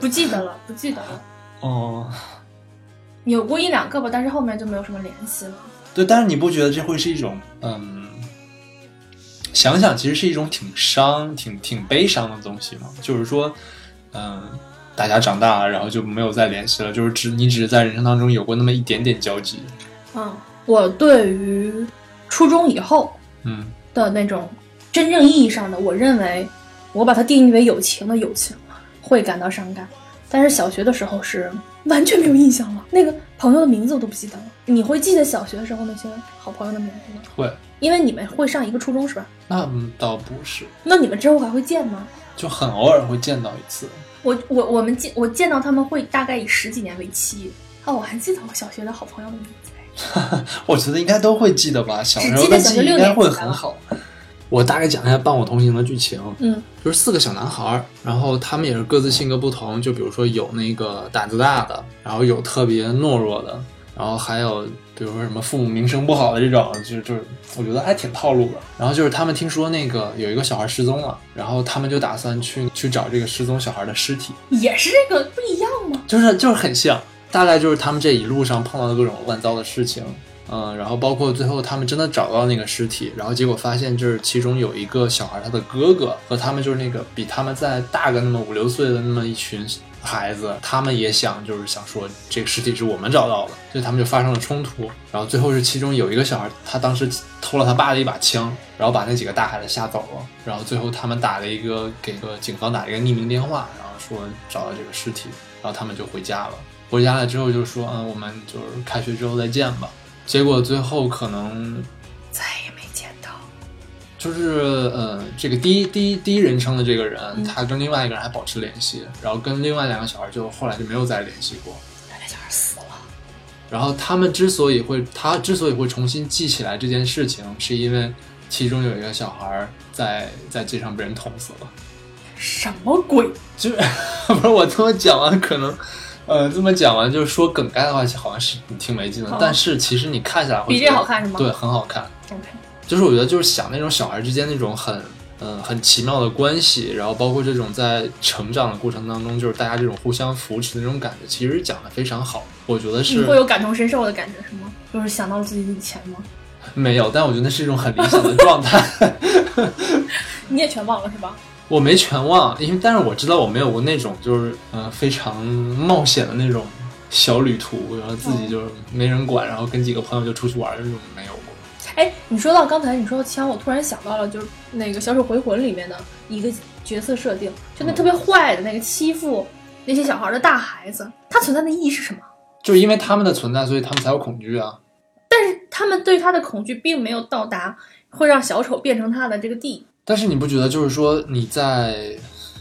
Speaker 2: 不记得了，不记得了，
Speaker 3: 哦，
Speaker 2: 有过一两个吧，但是后面就没有什么联系了。
Speaker 3: 对，但是你不觉得这会是一种嗯，想想其实是一种挺伤、挺挺悲伤的东西吗？就是说，嗯，大家长大了，然后就没有再联系了，就是只你只是在人生当中有过那么一点点交集。
Speaker 2: 嗯，我对于初中以后
Speaker 3: 嗯，
Speaker 2: 的那种真正意义上的，我认为我把它定义为友情的友情，会感到伤感。但是小学的时候是完全没有印象了，那个朋友的名字我都不记得了。你会记得小学的时候那些好朋友的名字吗？
Speaker 3: 会。
Speaker 2: 因为你们会上一个初中是吧？
Speaker 3: 那倒不是，
Speaker 2: 那你们之后还会见吗？
Speaker 3: 就很偶尔会见到一次。
Speaker 2: 我我我们见我见到他们会大概以十几年为期。哦，我还记得我小学的好朋友的名字。哎
Speaker 3: 我觉得应该都会记得吧，小时
Speaker 2: 只
Speaker 3: 候
Speaker 2: 记
Speaker 3: 的
Speaker 2: 得小
Speaker 3: 记
Speaker 2: 学
Speaker 3: 忆
Speaker 2: 六
Speaker 3: 应该
Speaker 2: 年级
Speaker 3: 会
Speaker 2: 的
Speaker 3: 很好。我大概讲一下《伴我同行》的剧情，
Speaker 2: 嗯
Speaker 3: 就是四个小男孩儿，然后他们也是各自性格不同，就比如说有那个胆子大的，然后有特别懦弱的，然后还有比如说什么父母名声不好的这种，就就是我觉得还挺套路的。然后就是他们听说那个有一个小孩失踪了，然后他们就打算去去找这个失踪小孩的尸体，
Speaker 2: 也是这个不一样吗？
Speaker 3: 就是就是很像，大概就是他们这一路上碰到的各种乱糟的事情，嗯，然后包括最后他们真的找到那个尸体，然后结果发现就是其中有一个小孩他的哥哥和他们就是那个比他们再大个那么五六岁的那么一群孩子，他们也想就是想说这个尸体是我们找到的，所以他们就发生了冲突，然后最后是其中有一个小孩他当时偷了他爸的一把枪，然后把那几个大孩子吓走了，然后最后他们打了一个给个警方打了一个匿名电话，然后。说找到这个尸体，然后他们就回家了。回家了之后就说，嗯，我们就是开学之后再见吧。结果最后可能
Speaker 2: 再也没见到。
Speaker 3: 就是呃，这个第一第一第一人称的这个人，
Speaker 2: 嗯
Speaker 3: 他跟另外一个人还保持联系，然后跟另外两个小孩就后来就没有再联系过。
Speaker 2: 那个小孩死了，
Speaker 3: 然后他们之所以会，他之所以会重新记起来这件事情，是因为其中有一个小孩儿在在街上被人捅死了。
Speaker 2: 什么鬼？
Speaker 3: 就是不是我这么讲完，可能呃这么讲完就是说梗概的话，好像是挺没劲的。
Speaker 2: 好
Speaker 3: 但是其实你看下来会
Speaker 2: 比
Speaker 3: 觉得
Speaker 2: 这好看是吗
Speaker 3: 对，很好看。
Speaker 2: o
Speaker 3: 就是我觉得就是想那种小孩之间那种很嗯很奇妙的关系，然后包括这种在成长的过程当中，就是大家这种互相扶持的那种感觉，其实讲的非常好。我觉得
Speaker 2: 你
Speaker 3: 是
Speaker 2: 会有感同身受的感觉是吗？就是想到了自己以前吗？
Speaker 3: 没有，但我觉得那是一种很理想的
Speaker 2: (laughs)
Speaker 3: 状态。
Speaker 2: 你也全忘了是吧？
Speaker 3: 我没全忘，因为但是我知道我没有过那种就是呃非常冒险的那种小旅途，然后自己就是没人管，然后跟几个朋友就出去玩儿这种没有过。
Speaker 2: 哎，你说到刚才你说到枪，我突然想到了，就是那个《小丑回魂》里面的一个角色设定，就那
Speaker 3: 嗯
Speaker 2: 特别坏的那个欺负那些小孩的大孩子，他存在的意义是什么？
Speaker 3: 就是因为他们的存在，所以他们才有恐惧啊。
Speaker 2: 他们对他的恐惧并没有到达会让小丑变成他的这个地。
Speaker 3: 但是你不觉得就是说你在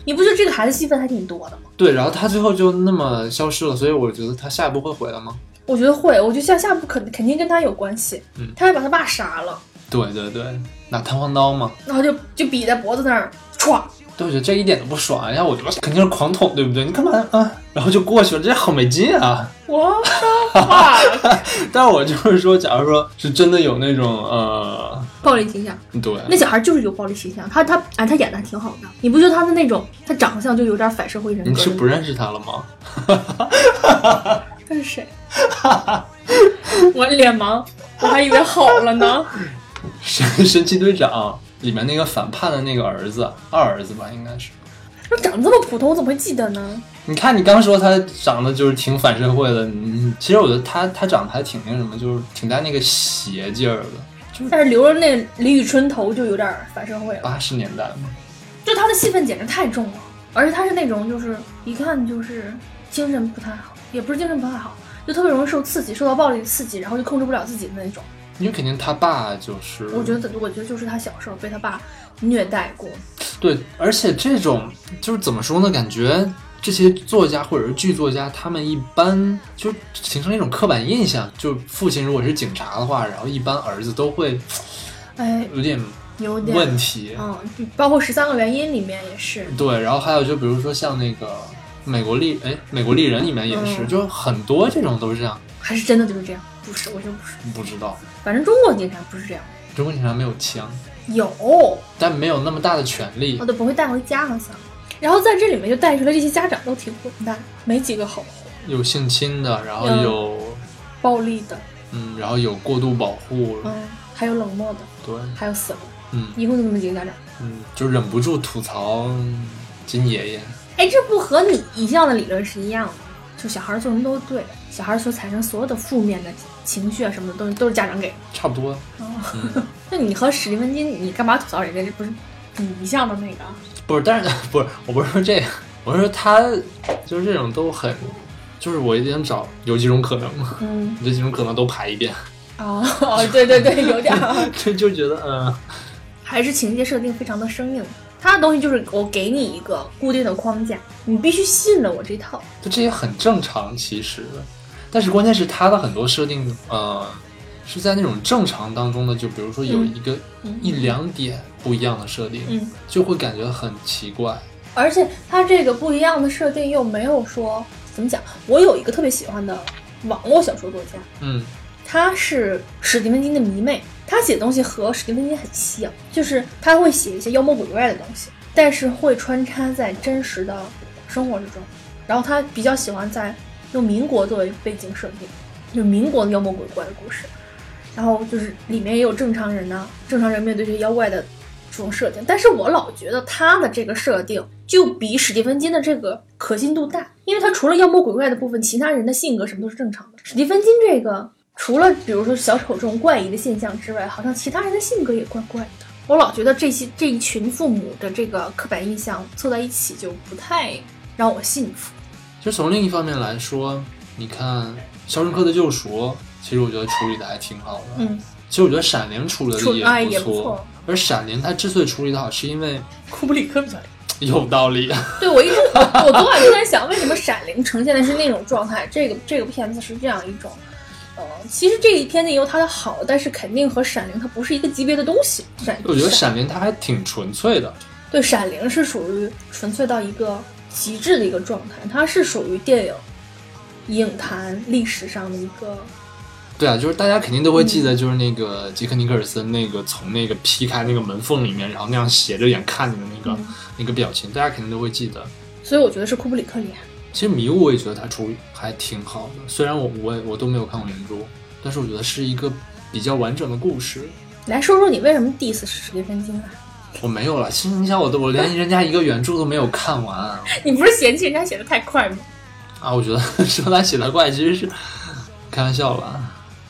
Speaker 2: 你不觉得这个孩子戏份还挺多的吗？
Speaker 3: 对，然后他最后就那么消失了，所以我觉得他下一步会回来吗？
Speaker 2: 我觉得会，我觉得下下部肯肯定跟他有关系，
Speaker 3: 嗯
Speaker 2: 他要把他爸杀了，
Speaker 3: 对对对，拿弹簧刀嘛。
Speaker 2: 然后就就比在脖子那儿歘，
Speaker 3: 对，我觉得这一点都不爽，然后我就肯定是狂捅，对不对？你干嘛啊？然后就过去了，这好没劲啊！
Speaker 2: 我的爸，
Speaker 3: 但我就是说，假如说是真的有那种呃，
Speaker 2: 暴力倾向。
Speaker 3: 对，
Speaker 2: 那小孩就是有暴力倾向，他他哎，他演的还挺好的。你不觉得他的那种他长相就有点反社会人格？
Speaker 3: 你是不？认识他了吗？ (laughs)
Speaker 2: 他是谁？我脸盲，我还以为好了呢。
Speaker 3: 神神奇队长里面那个反叛的那个儿子，二儿子吧，应该是。
Speaker 2: (laughs) 他长得这么普通，我怎么会记得呢？
Speaker 3: 你看，你刚说他长得就是挺反社会的，嗯，其实我觉得他他长得还挺那什么，就是挺带那个邪劲儿的。
Speaker 2: 但是留着那李宇春头就有点反社会了，
Speaker 3: 八十年代嘛，
Speaker 2: 就他的戏份简直太重了，而且他是那种就是一看就是精神不太好，也不是精神不太好，就特别容易受刺激，受到暴力刺激，然后就控制不了自己的那种。
Speaker 3: 因为肯定他爸就是，
Speaker 2: 我觉得，我觉得就是他小时候被他爸虐待过，
Speaker 3: 对，而且这种就是怎么说呢？感觉这些作家或者是剧作家，他们一般就形成了一种刻板印象，就父亲如果是警察的话，然后一般儿子都会
Speaker 2: 哎，
Speaker 3: 有点
Speaker 2: 有点
Speaker 3: 问题。
Speaker 2: 嗯，包括《十三个原因》里面也是，
Speaker 3: 对，然后还有就比如说像那个美国丽，哎，美国丽人里面也是，
Speaker 2: 嗯
Speaker 3: 就很多这种都是这样，
Speaker 2: 还是真的就是这样？不是，我就不是，
Speaker 3: 不知道
Speaker 2: 反正中国警察不是这样，
Speaker 3: 中国警察没有枪，
Speaker 2: 有我
Speaker 3: 但没有那么大的权利。
Speaker 2: 都不会带回家好像。然后在这里面就带出来这些家长都挺混蛋，没几个好活，
Speaker 3: 有性侵的，然后
Speaker 2: 嗯
Speaker 3: 有
Speaker 2: 暴力的，
Speaker 3: 嗯，然后有过度保护，
Speaker 2: 嗯，还有冷漠的，
Speaker 3: 对，
Speaker 2: 还有死了，
Speaker 3: 嗯。
Speaker 2: 一共就那么几个家长。
Speaker 3: 嗯，就忍不住吐槽金爷爷。
Speaker 2: 哎，这不和你一向的理论是一样的，就小孩做什么都对，小孩所产生所有的负面的情绪啊什么的，都是都是家长给的。
Speaker 3: 差不多，
Speaker 2: 哦，
Speaker 3: 嗯，
Speaker 2: 那你和史蒂芬金，你干嘛吐槽人家？这不是你一向的那个啊？
Speaker 3: 不是，但是 (laughs) 不是，我不是说这个，我是说他就是这种都很，就是我一定找有几种可能， (laughs)
Speaker 2: 嗯。
Speaker 3: 这几种可能都排一遍， (laughs)
Speaker 2: 哦，对对对，有点儿，
Speaker 3: 就就觉得嗯，
Speaker 2: 还是情节设定非常的生硬。他的东西就是我给你一个固定的框架，你必须信了我这套。
Speaker 3: 就这也很正常其实，但是关键是他的很多设定，呃，是在那种正常当中的，就比如说有
Speaker 2: 嗯
Speaker 3: 一个、
Speaker 2: 嗯
Speaker 3: 一两点不一样的设定，
Speaker 2: 嗯，
Speaker 3: 就会感觉很奇怪。
Speaker 2: 而且他这个不一样的设定又没有说怎么讲。我有一个特别喜欢的网络小说作家，
Speaker 3: 嗯，
Speaker 2: 他是史蒂芬金的迷妹，他写的东西和史蒂芬金很像，就是他会写一些妖魔鬼怪的东西，但是会穿插在真实的生活之中。然后他比较喜欢在用民国作为背景设定，就民国的妖魔鬼怪的故事。然后就是里面也有正常人呐、正常人面对这些妖怪的这种设定。但是我老觉得他的这个设定就比史蒂芬金的这个可信度大，因为他除了妖魔鬼怪的部分，其他人的性格什么都是正常的。史蒂芬金这个除了比如说小丑这种怪异的现象之外，好像其他人的性格也怪怪的。我老觉得这些这一群父母的这个刻板印象凑在一起就不太让我信服。
Speaker 3: 其实从另一方面来说，你看《肖申克的救赎》，其实我觉得处理的还挺好的。
Speaker 2: 嗯，
Speaker 3: 其实我觉得《闪灵》处理
Speaker 2: 处
Speaker 3: 的
Speaker 2: 哎
Speaker 3: 也
Speaker 2: 也
Speaker 3: 不
Speaker 2: 不
Speaker 3: 错，
Speaker 2: 错
Speaker 3: 而《闪灵》它之所以处理的好，是
Speaker 2: (laughs)
Speaker 3: 因为
Speaker 2: 库布里克比较厉害。
Speaker 3: 有道理。 (laughs)
Speaker 2: 对，我一直我昨晚就在想，为什么《闪灵》呈现的是那种状态？这个这个片子是这样一种，呃，其实这一片子也有它的好，但是肯定和《闪灵》它不是一个级别的东西。闪，
Speaker 3: 我觉得《
Speaker 2: 闪
Speaker 3: 闪灵》它还挺纯粹的，
Speaker 2: 对《闪灵》是属于纯粹到一个极致的一个状态，它是属于电影影坛历史上的一个
Speaker 3: 对啊，就是大家肯定都会记
Speaker 2: 嗯
Speaker 3: 得，就是那个杰克尼克尔森那个从那个劈开那个门缝里面，然后那样斜着眼看你的那个、
Speaker 2: 嗯
Speaker 3: 那个表情，大家肯定都会记得。
Speaker 2: 所以我觉得是库布里克厉害。
Speaker 3: 其实迷雾我也觉得它处理还挺好的，虽然我我也我都没有看过原著，但是我觉得是一个比较完整的故事。
Speaker 2: 来说说你为什么 diss 史蒂芬金啊？
Speaker 3: 我没有了，其实你想我都我连人家一个原著都没有看完啊，
Speaker 2: (laughs) 你不是嫌弃人家写的太快吗？
Speaker 3: 我觉得 (laughs) 说他写的怪其实是开玩笑吧，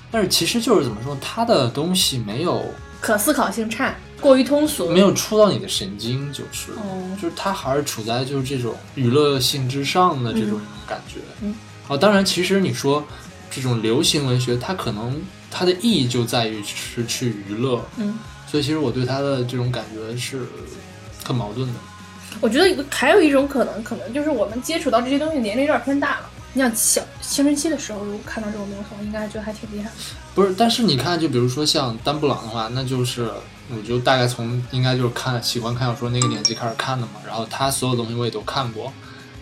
Speaker 3: 但是其实就是怎么说，他的东西没有
Speaker 2: 可思考性差，过于通俗。
Speaker 3: 没有触到你的神经，就是，
Speaker 2: 嗯
Speaker 3: 就是它还是处在就是这种娱乐性之上的这种感觉。
Speaker 2: 嗯，
Speaker 3: 啊，当然，其实你说这种流行文学，它可能它的意义就在于是去娱乐，
Speaker 2: 嗯。
Speaker 3: 所以其实我对它的这种感觉是很矛盾的。
Speaker 2: 我觉得有个还有一种可能，可能就是我们接触到这些东西年龄有点偏大了。你想小青春期的时候，如果看到这种东西，我应该觉得还挺厉害的。
Speaker 3: 不是，但是你看，就比如说像丹布朗的话，那就是我就大概从应该就是看喜欢看小说那个年纪开始看的嘛，然后他所有东西我也都看过，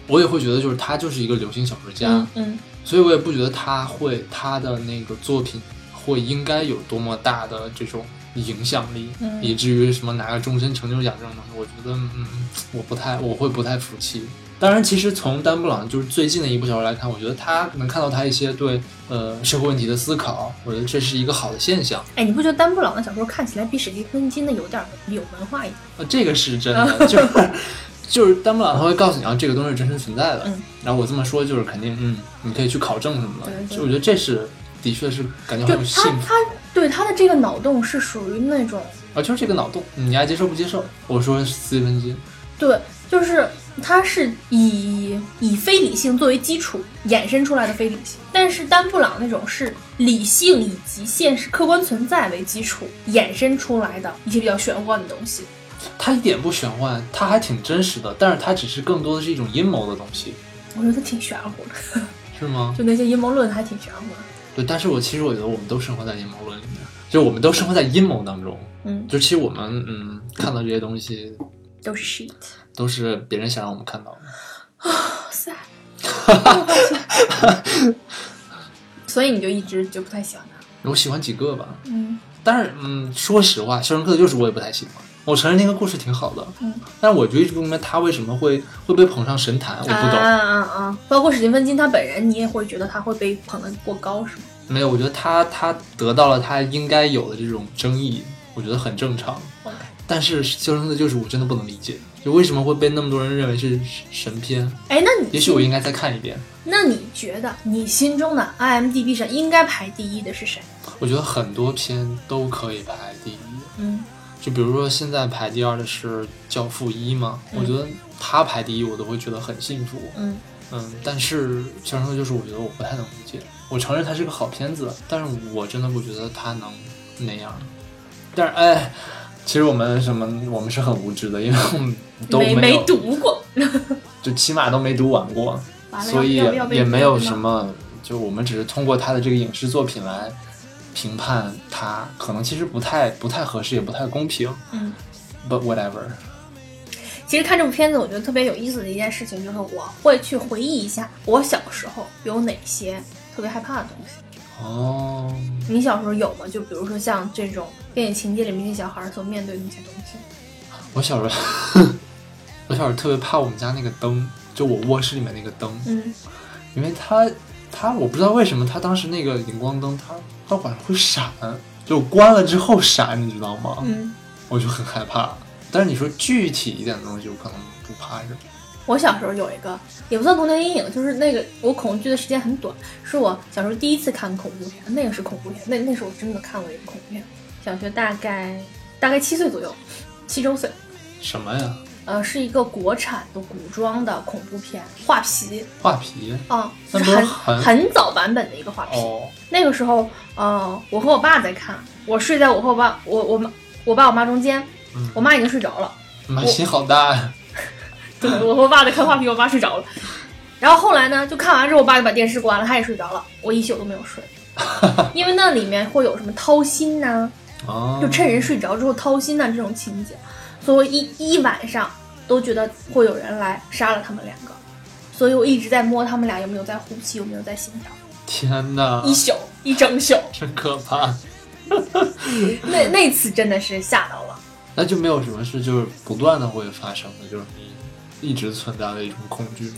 Speaker 3: 我也会觉得就是他就是一个流行小说家。
Speaker 2: 嗯嗯，
Speaker 3: 所以我也不觉得他会他的那个作品会应该有多么大的这种影响力，
Speaker 2: 嗯
Speaker 3: 以至于什么拿个终身成就奖这种东西，我觉得嗯，我不太我会不太服气。当然，其实从丹布朗就是最近的一部小说来看，我觉得他能看到他一些对呃社会问题的思考，我觉得这是一个好的现象。
Speaker 2: 哎，你不觉得丹布朗的小说看起来比史蒂芬金的有点有文化一点？
Speaker 3: 呃，这个是真的，就是
Speaker 2: (laughs)
Speaker 3: 就是丹布朗他会告诉你啊，这个东西是真实存在的。
Speaker 2: 嗯
Speaker 3: 然后我这么说就是肯定，嗯，你可以去考证什么的。
Speaker 2: 对对
Speaker 3: 就我觉得这是的确是感觉很有
Speaker 2: 就
Speaker 3: 幸
Speaker 2: 他
Speaker 3: 福
Speaker 2: 他对他的这个脑洞是属于那种
Speaker 3: 啊，就是这个脑洞，你爱接受不接受？我说斯蒂芬金，
Speaker 2: 对，就是他是以以非理性作为基础衍生出来的非理性，但是丹布朗那种是理性以及现实客观存在为基础衍生出来的一些比较玄幻的东西。
Speaker 3: 他一点不玄幻，他还挺真实的，但是他只是更多的是一种阴谋的东西，
Speaker 2: 我觉得挺玄乎的，
Speaker 3: 是吗？
Speaker 2: 就那些阴谋论还挺玄乎的。
Speaker 3: 对，但是我其实我觉得我们都生活在阴谋论里面，就我们都生活在阴谋当中，
Speaker 2: 嗯，
Speaker 3: 就其实我们嗯看到这些东西
Speaker 2: 都是 shit。
Speaker 3: 都是别人想让我们看到的。
Speaker 2: 哇塞！ (laughs) 所以你就一直就不太喜欢他。
Speaker 3: 我喜欢几个吧，
Speaker 2: 嗯，
Speaker 3: 但是嗯，说实话，《肖申克的救赎》我也不太喜欢。我承认那个故事挺好的，
Speaker 2: 嗯，
Speaker 3: 但是我就一直不明白他为什么会会被捧上神坛，我不懂。
Speaker 2: 啊啊啊！包括史蒂芬金他本人，你也会觉得他会被捧得过高是吗？
Speaker 3: 没有，我觉得他他得到了他应该有的这种争议，我觉得很正常。
Speaker 2: OK
Speaker 3: 但是《肖申克的救赎》我真的不能理解，就为什么会被那么多人认为是神片？
Speaker 2: 哎，那你
Speaker 3: 也许我应该再看一遍。
Speaker 2: 那你觉得你心中的 IMDB 上应该排第一的是谁？
Speaker 3: 我觉得很多片都可以排第一，
Speaker 2: 嗯，
Speaker 3: 就比如说现在排第二的是《教父一》嘛，我觉得他排第一我都会觉得很幸福。
Speaker 2: 嗯，
Speaker 3: 嗯，但是《肖申克的救赎》我觉得我不太能理解。我承认它是个好片子，但是我真的不觉得它能那样。但是哎，其实我们什么，我们是很无知的，因为我们都
Speaker 2: 没
Speaker 3: 有
Speaker 2: 没读过，
Speaker 3: 就起码都没读完过，
Speaker 2: 完了
Speaker 3: 所以
Speaker 2: 要要要被
Speaker 3: 也没有
Speaker 2: 读了
Speaker 3: 什么，就我们只是通过他的这个影视作品来评判他，可能其实不太不太合适，也不太公平。
Speaker 2: 嗯。
Speaker 3: But whatever，
Speaker 2: 其实看这部片子，我觉得特别有意思的一件事情，就是我会去回忆一下我小时候有哪些特别害怕的东西。
Speaker 3: 哦，
Speaker 2: 你小时候有吗？就比如说像这种电影情节里面那些小孩所面对的那些东西。
Speaker 3: 我小时候，我小时候特别怕我们家那个灯，就我卧室里面那个灯，
Speaker 2: 嗯，
Speaker 3: 因为它它我不知道为什么它当时那个荧光灯它它晚上会闪，就关了之后闪，你知道吗？
Speaker 2: 嗯，
Speaker 3: 我就很害怕。但是你说具体一点的东西，我可能不怕什么。
Speaker 2: 我小时候有一个也不算童年阴影，就是那个我恐惧的时间很短，是我小时候第一次看恐怖片，那个是恐怖片，那那是我真的看过一个恐怖片。小学大概大概七岁左右，七周岁，
Speaker 3: 什么呀？
Speaker 2: 呃，是一个国产的古装的恐怖片，画皮
Speaker 3: 画皮
Speaker 2: 啊，
Speaker 3: 那
Speaker 2: 就
Speaker 3: 不是
Speaker 2: 很
Speaker 3: 很
Speaker 2: 很早版本的一个画皮。
Speaker 3: 哦，
Speaker 2: 那个时候，呃，我和我爸在看，我睡在我和我爸，我我妈我爸我妈中间，
Speaker 3: 嗯
Speaker 2: 我妈已经睡着
Speaker 3: (laughs)
Speaker 2: 了。
Speaker 3: 妈心好大呀！
Speaker 2: 对，我和我爸在看画皮，我妈睡着了。然后后来呢，就看完之后，我爸就把电视关了，他也睡着了，我一宿都没有
Speaker 3: (laughs)
Speaker 2: 睡，因为那里面会有什么掏心呐、
Speaker 3: 哦，
Speaker 2: 就趁人睡着之后掏心呐、这种情节，所以我一一晚上都觉得会有人来杀了他们两个，所以我一直在摸他们俩有没有在呼吸，有没有在心跳，
Speaker 3: 天哪，
Speaker 2: 一宿一整宿，
Speaker 3: 真可怕。
Speaker 2: 那那次真的是吓到了。
Speaker 3: 那就没有什么事就是不断的会发生的，就是你一直存在的一种恐惧吗。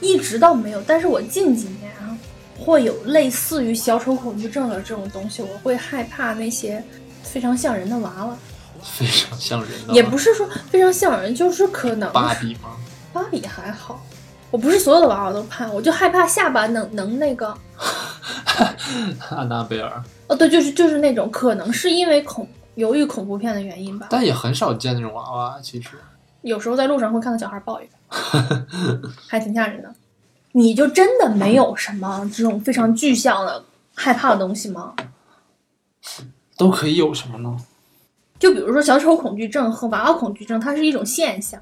Speaker 2: 一直倒没有，但是我近几年啊，会有类似于小丑恐惧症的这种东西，我会害怕那些非常像人的娃娃，
Speaker 3: 非常像人的，
Speaker 2: 也不是说非常像人，就是可能
Speaker 3: 芭比吗？
Speaker 2: 嗯
Speaker 3: (laughs)
Speaker 2: 芭比还好，我不是所有的娃娃都怕，我就害怕下巴能能那个，
Speaker 3: 安娜贝尔，
Speaker 2: 哦对，就是就是那种，可能是因为恐由于恐怖片的原因吧，
Speaker 3: 但也很少见那种娃娃。其实
Speaker 2: 有时候在路上会看到小孩抱一个，还挺吓人的。你就真的没有什么这种非常具象的害怕的东西吗？
Speaker 3: 都可以有什么呢？
Speaker 2: 就比如说小丑恐惧症和娃娃恐惧症，它是一种现象，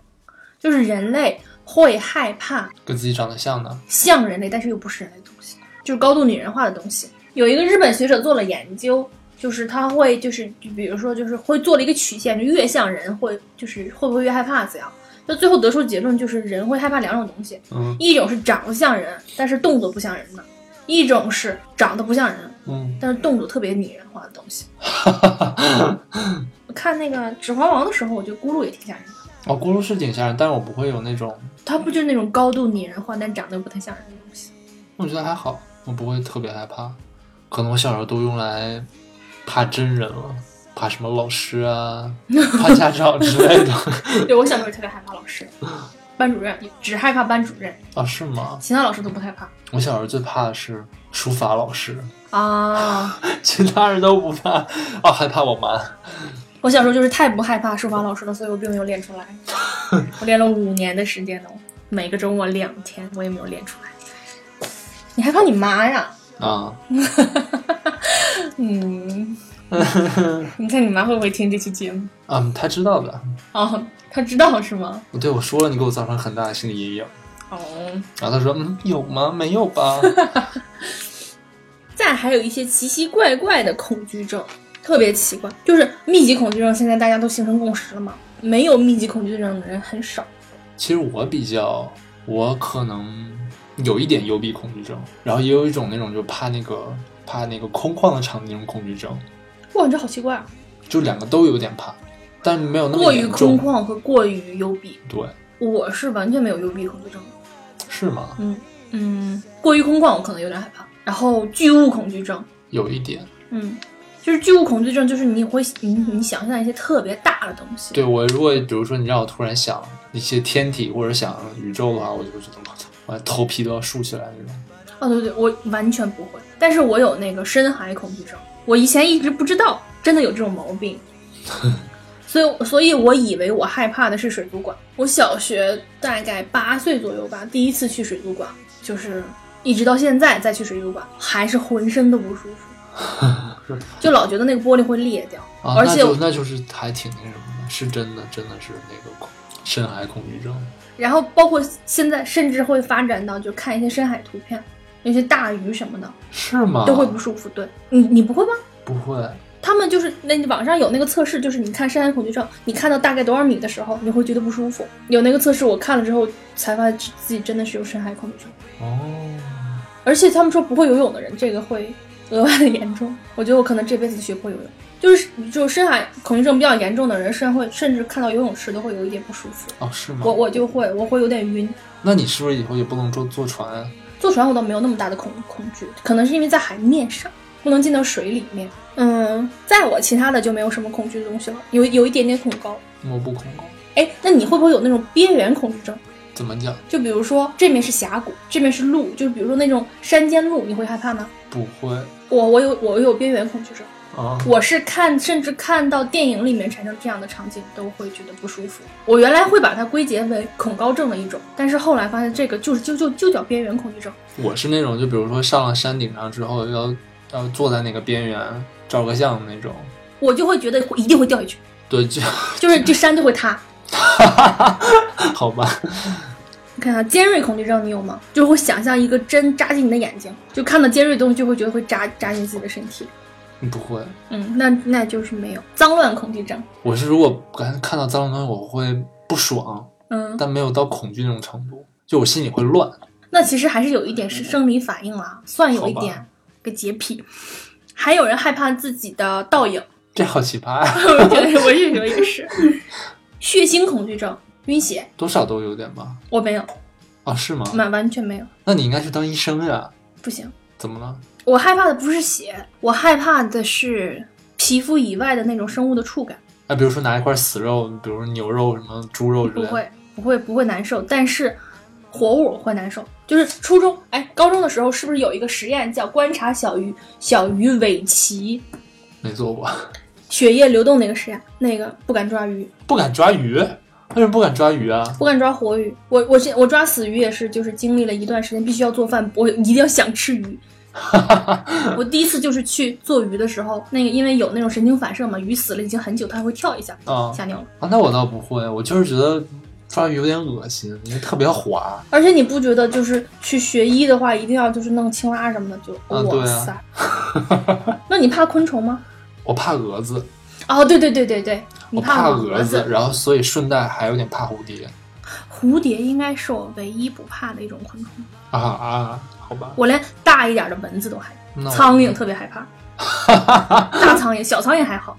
Speaker 2: 就是人类会害怕
Speaker 3: 跟自己长得像的，
Speaker 2: 像人类但是又不是人类的东西，就是高度拟人化的东西。有一个日本学者做了研究，就是他会就是就比如说就是会做了一个曲线，就越像人会就是会不会越害怕怎样？就最后得出结论就是人会害怕两种东西，
Speaker 3: 嗯
Speaker 2: 一种是长得像人但是动作不像人的，一种是长得不像人
Speaker 3: 嗯，
Speaker 2: 但是动作特别拟人化的东 (laughs) 西。我看那个《指环王》的时候，我觉得咕噜也挺吓人的。
Speaker 3: 哦，咕噜是挺吓人，但是我不会有那种，
Speaker 2: 它不就是那种高度拟人化，但长得又不太像人的东西？
Speaker 3: 我觉得还好，我不会特别害怕。可能我小时候都用来怕真人了，怕什么老
Speaker 2: (laughs)
Speaker 3: 师啊，怕家长之类的。
Speaker 2: (laughs)
Speaker 3: (laughs)
Speaker 2: 对我小时候也特别害怕老师， (laughs) 班主任只害怕班主任，
Speaker 3: 啊，是吗？
Speaker 2: 其他老师都不害怕
Speaker 3: 我小时候最怕的是书法老师，
Speaker 2: 啊。
Speaker 3: 其他人都不怕，哦，还怕我妈。
Speaker 2: 我小时候就是太不害怕书法老师了，所以我并没有练出来。我练了五年的时间呢，每个周末两天，我也没有练出来。你害怕你妈呀？
Speaker 3: 啊，
Speaker 2: (laughs) 嗯，你看你妈会不会听这期节目？
Speaker 3: 嗯，他知道的。
Speaker 2: 哦，他知道是吗？
Speaker 3: 我对我说了，你给我造成很大的心理阴影。
Speaker 2: 哦，
Speaker 3: 然后他说，嗯，有吗？没有
Speaker 2: (laughs)
Speaker 3: 吧？
Speaker 2: 再还有一些奇奇怪怪的恐惧症，特别奇怪，就是密集恐惧症，现在大家都形成共识了嘛，没有密集恐惧症的人很少。
Speaker 3: 其实我比较，我可能有一点幽闭恐惧症，然后也有一种那种就怕那个怕那个空旷的场地那种恐惧症，
Speaker 2: 哇，你这好奇怪啊！
Speaker 3: 就两个都有点怕，但没有那
Speaker 2: 过
Speaker 3: 么
Speaker 2: 于
Speaker 3: 严
Speaker 2: 空
Speaker 3: 重。
Speaker 2: 旷和过于幽闭，
Speaker 3: 对，
Speaker 2: 我是完全没有幽闭恐惧症的。
Speaker 3: 是吗？
Speaker 2: 嗯嗯，过于空旷我可能有点害怕，然后巨物恐惧症，
Speaker 3: 有一点。
Speaker 2: 嗯，就是巨物恐惧症，就是你会你你想象一些特别大的东西，
Speaker 3: 对我，如果比如说你让我突然想一些天体或者想宇宙的话，我就会觉得我操，我头皮都要竖起来那种。
Speaker 2: 哦，对对，我完全不会，但是我有那个深海恐惧症，我以前一直不知道真的有这种毛病，所以所以我以为我害怕的是水族馆。我小学大概八岁左右吧，第一次去水族馆，就是一直到现在再去水族馆，还是浑身都不舒服
Speaker 3: 是，
Speaker 2: 就老觉得那个玻璃会裂掉，
Speaker 3: 啊，
Speaker 2: 而且
Speaker 3: 那就那就是还挺那什么的，是真的，真的是那个恐深海恐惧症。
Speaker 2: 然后包括现在甚至会发展到就看一些深海图片，那些大鱼什么的
Speaker 3: 是吗？
Speaker 2: 都会不舒服。对你你不会吗？
Speaker 3: 不会？
Speaker 2: 他们就是那网上有那个测试，就是你看深海恐惧症，你看到大概多少米的时候，你会觉得不舒服。有那个测试，我看了之后才发现自己真的是有深海恐惧症，
Speaker 3: 哦，
Speaker 2: 而且他们说不会游泳的人，这个会额外的 (laughs) 严重。我觉得我可能这辈子学不会游泳，就是就是深海恐惧症比较严重的人，甚至会甚至看到游泳池都会有一点不舒服。
Speaker 3: 哦，是吗？
Speaker 2: 我我就会我会有点晕，
Speaker 3: 那你是不是以后也不能坐坐船啊？
Speaker 2: 坐船我倒没有那么大的恐恐惧，可能是因为在海面上，不能进到水里面。嗯，在我其他的就没有什么恐惧的东西了，有有一点点恐高。
Speaker 3: 我不恐高，
Speaker 2: 哎，那你会不会有那种边缘恐惧症？
Speaker 3: 怎么讲？
Speaker 2: 就比如说这面是峡谷，这面是路，就是比如说那种山间路，你会害怕吗？
Speaker 3: 不会，
Speaker 2: 我我有我有边缘恐惧症，
Speaker 3: 啊，
Speaker 2: 我是看，甚至看到电影里面产生这样的场景，都会觉得不舒服。我原来会把它归结为恐高症的一种，但是后来发现这个就是就就就叫边缘恐惧症。
Speaker 3: 我是那种就比如说上了山顶上之后要要坐在那个边缘照个相那种，
Speaker 2: 我就会觉得一定会掉下去，
Speaker 3: 对，就 (laughs)
Speaker 2: 就是这山就会塌。
Speaker 3: 好吧，
Speaker 2: 你看啊，尖锐恐惧症你有吗？就是会想象一个针扎进你的眼睛，就看到尖锐的东西就会觉得会扎扎进自己的身体。
Speaker 3: 不会。
Speaker 2: 嗯，那那就是没有脏乱恐惧症。
Speaker 3: 我是如果感看到脏的东西，我会不爽，
Speaker 2: 嗯，
Speaker 3: 但没有到恐惧那种程度，就我心里会乱。
Speaker 2: 那其实还是有一点是生理反应啦，算有一
Speaker 3: 好
Speaker 2: 点个洁癖。还有人害怕自己的倒影，
Speaker 3: 这好奇葩 (laughs) 呀，
Speaker 2: 我觉得我有时候也是。血腥恐惧症，晕血，
Speaker 3: 多少都有点吧？
Speaker 2: 我没有，
Speaker 3: 啊，是吗？
Speaker 2: 完完全没有，
Speaker 3: 那你应该去当医生呀？
Speaker 2: 不行。
Speaker 3: 怎么了？
Speaker 2: 我害怕的不是血，我害怕的是皮肤以外的那种生物的触感，
Speaker 3: 啊，比如说拿一块死肉，比如牛肉、什么猪肉之
Speaker 2: 不
Speaker 3: 类的，
Speaker 2: 会，不会，不会难受，但是活物会难受。就是初中，哎，高中的时候是不是有一个实验叫观察小鱼小鱼尾鳍
Speaker 3: 没做过，
Speaker 2: 血液流动那个实验？那个不敢抓鱼，
Speaker 3: 不敢抓鱼，为什么不敢抓鱼啊？
Speaker 2: 不敢抓活鱼。我我是我抓死鱼也是，就是经历了一段时间，必须要做饭，我一定要想吃鱼。我第一次就是去做鱼的时候，那个因为有那种神经反射嘛，鱼死了已经很久，它还会跳一下，
Speaker 3: 啊
Speaker 2: 吓尿了。
Speaker 3: 啊，那我倒不会，我就是觉得抓鱼有点恶心，因为特别滑。
Speaker 2: 而且你不觉得就是去学医的话，一定要就是弄青蛙什么的，就、
Speaker 3: 啊对啊
Speaker 2: 哇塞。
Speaker 3: (laughs)
Speaker 2: 那你怕昆虫吗？
Speaker 3: 我怕蛾子，
Speaker 2: 哦，对对对对对，你
Speaker 3: 我怕
Speaker 2: 蛾
Speaker 3: 蛾子，然后所以顺带还有点怕蝴蝶
Speaker 2: 蝴蝶应该是我唯一不怕的一种昆虫，
Speaker 3: 啊啊，好吧，
Speaker 2: 我连大一点的蚊子都害怕，
Speaker 3: 那我
Speaker 2: 苍蝇特别害
Speaker 3: (laughs)
Speaker 2: 怕，大苍蝇、小苍蝇还好，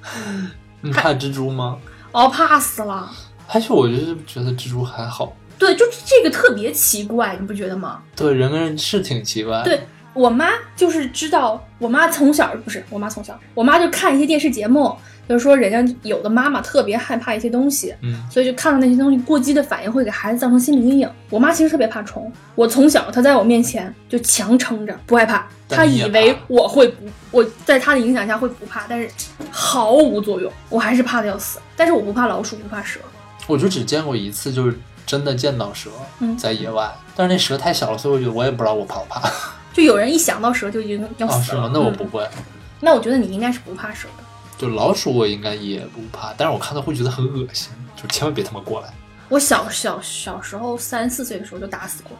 Speaker 3: 你怕蜘蛛吗？
Speaker 2: 哦，怕死了。
Speaker 3: 还是我就是觉得蜘蛛还好，
Speaker 2: 对，就这个特别奇怪，你不觉得吗？
Speaker 3: 对人跟人是挺奇怪。
Speaker 2: 对，我妈就是知道，我妈从小不是我妈从小，我妈就看一些电视节目，就是说人家有的妈妈特别害怕一些东西，
Speaker 3: 嗯，
Speaker 2: 所以就看到那些东西过激的反应会给孩子造成心理阴影。我妈其实特别怕虫，我从小她在我面前就强撑着不害怕，
Speaker 3: 但
Speaker 2: 她
Speaker 3: 你
Speaker 2: 以
Speaker 3: 也
Speaker 2: 为
Speaker 3: 怕
Speaker 2: 我会不，我在她的影响下会不怕，但是毫无作用，我还是怕的要死。但是我不怕老鼠，不怕蛇，
Speaker 3: 我就只见过一次，就是真的见到蛇，
Speaker 2: 嗯
Speaker 3: 在野外，但是那蛇太小了，所以我觉得我也不知道我怕不怕。
Speaker 2: 就有人一想到蛇就已经要
Speaker 3: 哦，
Speaker 2: 死
Speaker 3: 是
Speaker 2: 了。
Speaker 3: 吗？那我
Speaker 2: 嗯
Speaker 3: 不会。
Speaker 2: 那我觉得你应该是不怕蛇的。
Speaker 3: 就老鼠我应该也不怕，但是我看到会觉得很恶心，就千万别他妈过来，
Speaker 2: 我小小小时候三四岁的时候就打死过，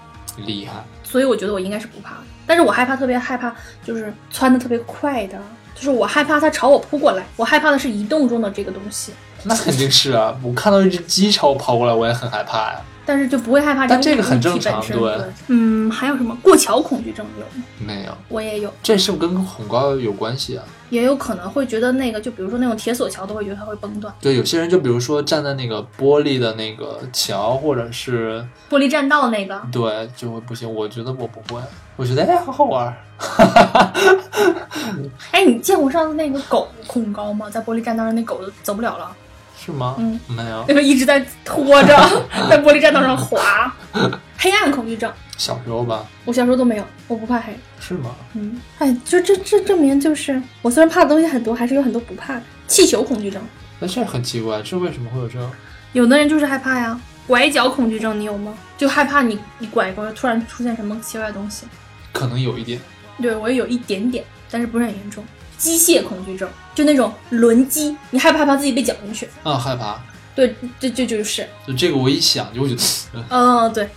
Speaker 3: 厉害。
Speaker 2: 所以我觉得我应该是不怕的。但是我害怕，特别害怕，就是窜的特别快的，就是我害怕它朝我扑过来。我害怕的是移动中的这个东西，
Speaker 3: 那肯定
Speaker 2: (laughs)
Speaker 3: 是啊，我看到一只鸡朝我跑过来，我也很害怕呀、
Speaker 2: 但是就不会害怕
Speaker 3: 但
Speaker 2: 这
Speaker 3: 这
Speaker 2: 个
Speaker 3: 个
Speaker 2: 物
Speaker 3: 很
Speaker 2: 体
Speaker 3: 正常
Speaker 2: 本身
Speaker 3: 对
Speaker 2: 嗯，还有什么过桥恐惧症有吗？
Speaker 3: 没有，
Speaker 2: 我也有，
Speaker 3: 这是不是跟恐高有关系啊？
Speaker 2: 也有可能会觉得那个，就比如说那种铁索桥，都会觉得它会崩断。
Speaker 3: 对，有些人就比如说站在那个玻璃的那个桥，或者是
Speaker 2: 玻璃栈道那个，
Speaker 3: 对，就会不行。我觉得我不会，我觉得哎，好好玩儿。
Speaker 2: 哎，你见过上次那个狗恐高吗？在玻璃栈道上，那狗都走不
Speaker 3: (laughs)
Speaker 2: 了了。
Speaker 3: 是吗？
Speaker 2: 嗯，
Speaker 3: 没有
Speaker 2: 那。个一直在拖着， (laughs) 在玻璃栈道上滑。黑暗恐惧症，
Speaker 3: 小时候吧，
Speaker 2: 我小时候都没有，我不怕黑。
Speaker 3: 是吗？
Speaker 2: 嗯，哎，就这这证明就是，我虽然怕的东西很多，还是有很多不怕的。气球恐惧症，
Speaker 3: 那这很奇怪，这为什么会有这样？
Speaker 2: 有的人就是害怕呀。拐角恐惧症你有吗？就害怕你你拐过来突然出现什么奇怪的东西。
Speaker 3: 可能有一点
Speaker 2: 对我也有一点点，但是不是很严重。机械恐惧症，就那种轮机，你害不害怕自己被绞进去？
Speaker 3: 啊，害怕。
Speaker 2: 对，这这这就是，
Speaker 3: 就这个我一想就会觉得，呃
Speaker 2: 嗯、对，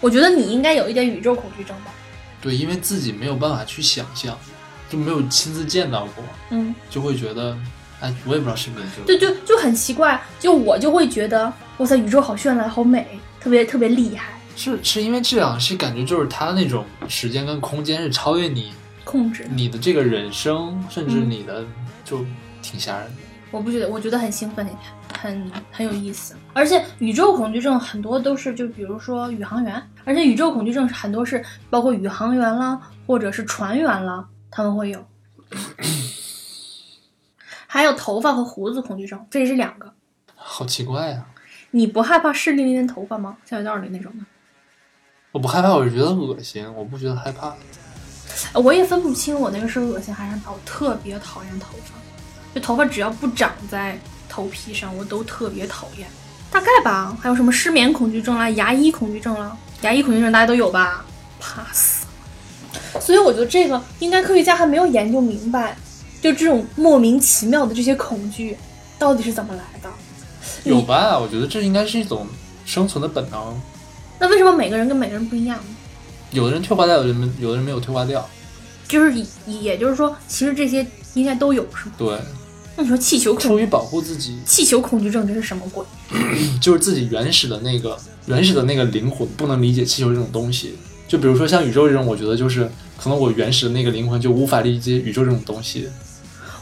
Speaker 2: 我觉得你应该有一点宇宙恐惧症吧。
Speaker 3: 对，因为自己没有办法去想象，就没有亲自见到过，
Speaker 2: 嗯，
Speaker 3: 就会觉得，哎，我也不知道是不是这
Speaker 2: 对，
Speaker 3: 个。
Speaker 2: 就就很奇怪，就我就会觉得，哇塞，宇宙好绚烂，好美，特别特别厉害，
Speaker 3: 是是因为这样，是感觉就是他那种时间跟空间是超越你
Speaker 2: 控制。
Speaker 3: 你的这个人生，甚至
Speaker 2: 嗯
Speaker 3: 你的、就挺吓人的。
Speaker 2: 我不觉得，我觉得很兴奋，很很有意思。而且宇宙恐惧症很多都是，就比如说宇航员，而且宇宙恐惧症很多是包括宇航员啦，或者是船员啦，他们会有。还有头发和胡子恐惧症，这也是两个。
Speaker 3: 好奇怪啊呀、
Speaker 2: 你不害怕湿淋淋的头发吗？下水道里那种的？
Speaker 3: 我不害怕，我是觉得恶心，我不觉得害怕。
Speaker 2: 呃我也分不清我那个是恶心还是哪，我特别讨厌头发，就头发只要不长在头皮上，我都特别讨厌。大概吧，还有什么失眠恐惧症啦、牙医恐惧症啦，牙医恐惧症大家都有吧？怕死了。所以我觉得这个应该科学家还没有研究明白，就这种莫名其妙的这些恐惧到底是怎么来的。
Speaker 3: 有吧？我觉得这应该是一种生存的本能。
Speaker 2: 那为什么每个人跟每个人不一样呢？
Speaker 3: 有的人退化掉，有的人有的人没有退化掉。
Speaker 2: 就是以也就是说，其实这些应该都有，是吗？
Speaker 3: 对，
Speaker 2: 那你说气球恐
Speaker 3: 出于保护自己， (clears throat)
Speaker 2: 气球恐惧症这是什么鬼？
Speaker 3: 就是自己原始的那个原始的那个灵魂不能理解气球这种东西。就比如说像宇宙这种，我觉得就是可能我原始的那个灵魂就无法理解宇宙这种东西。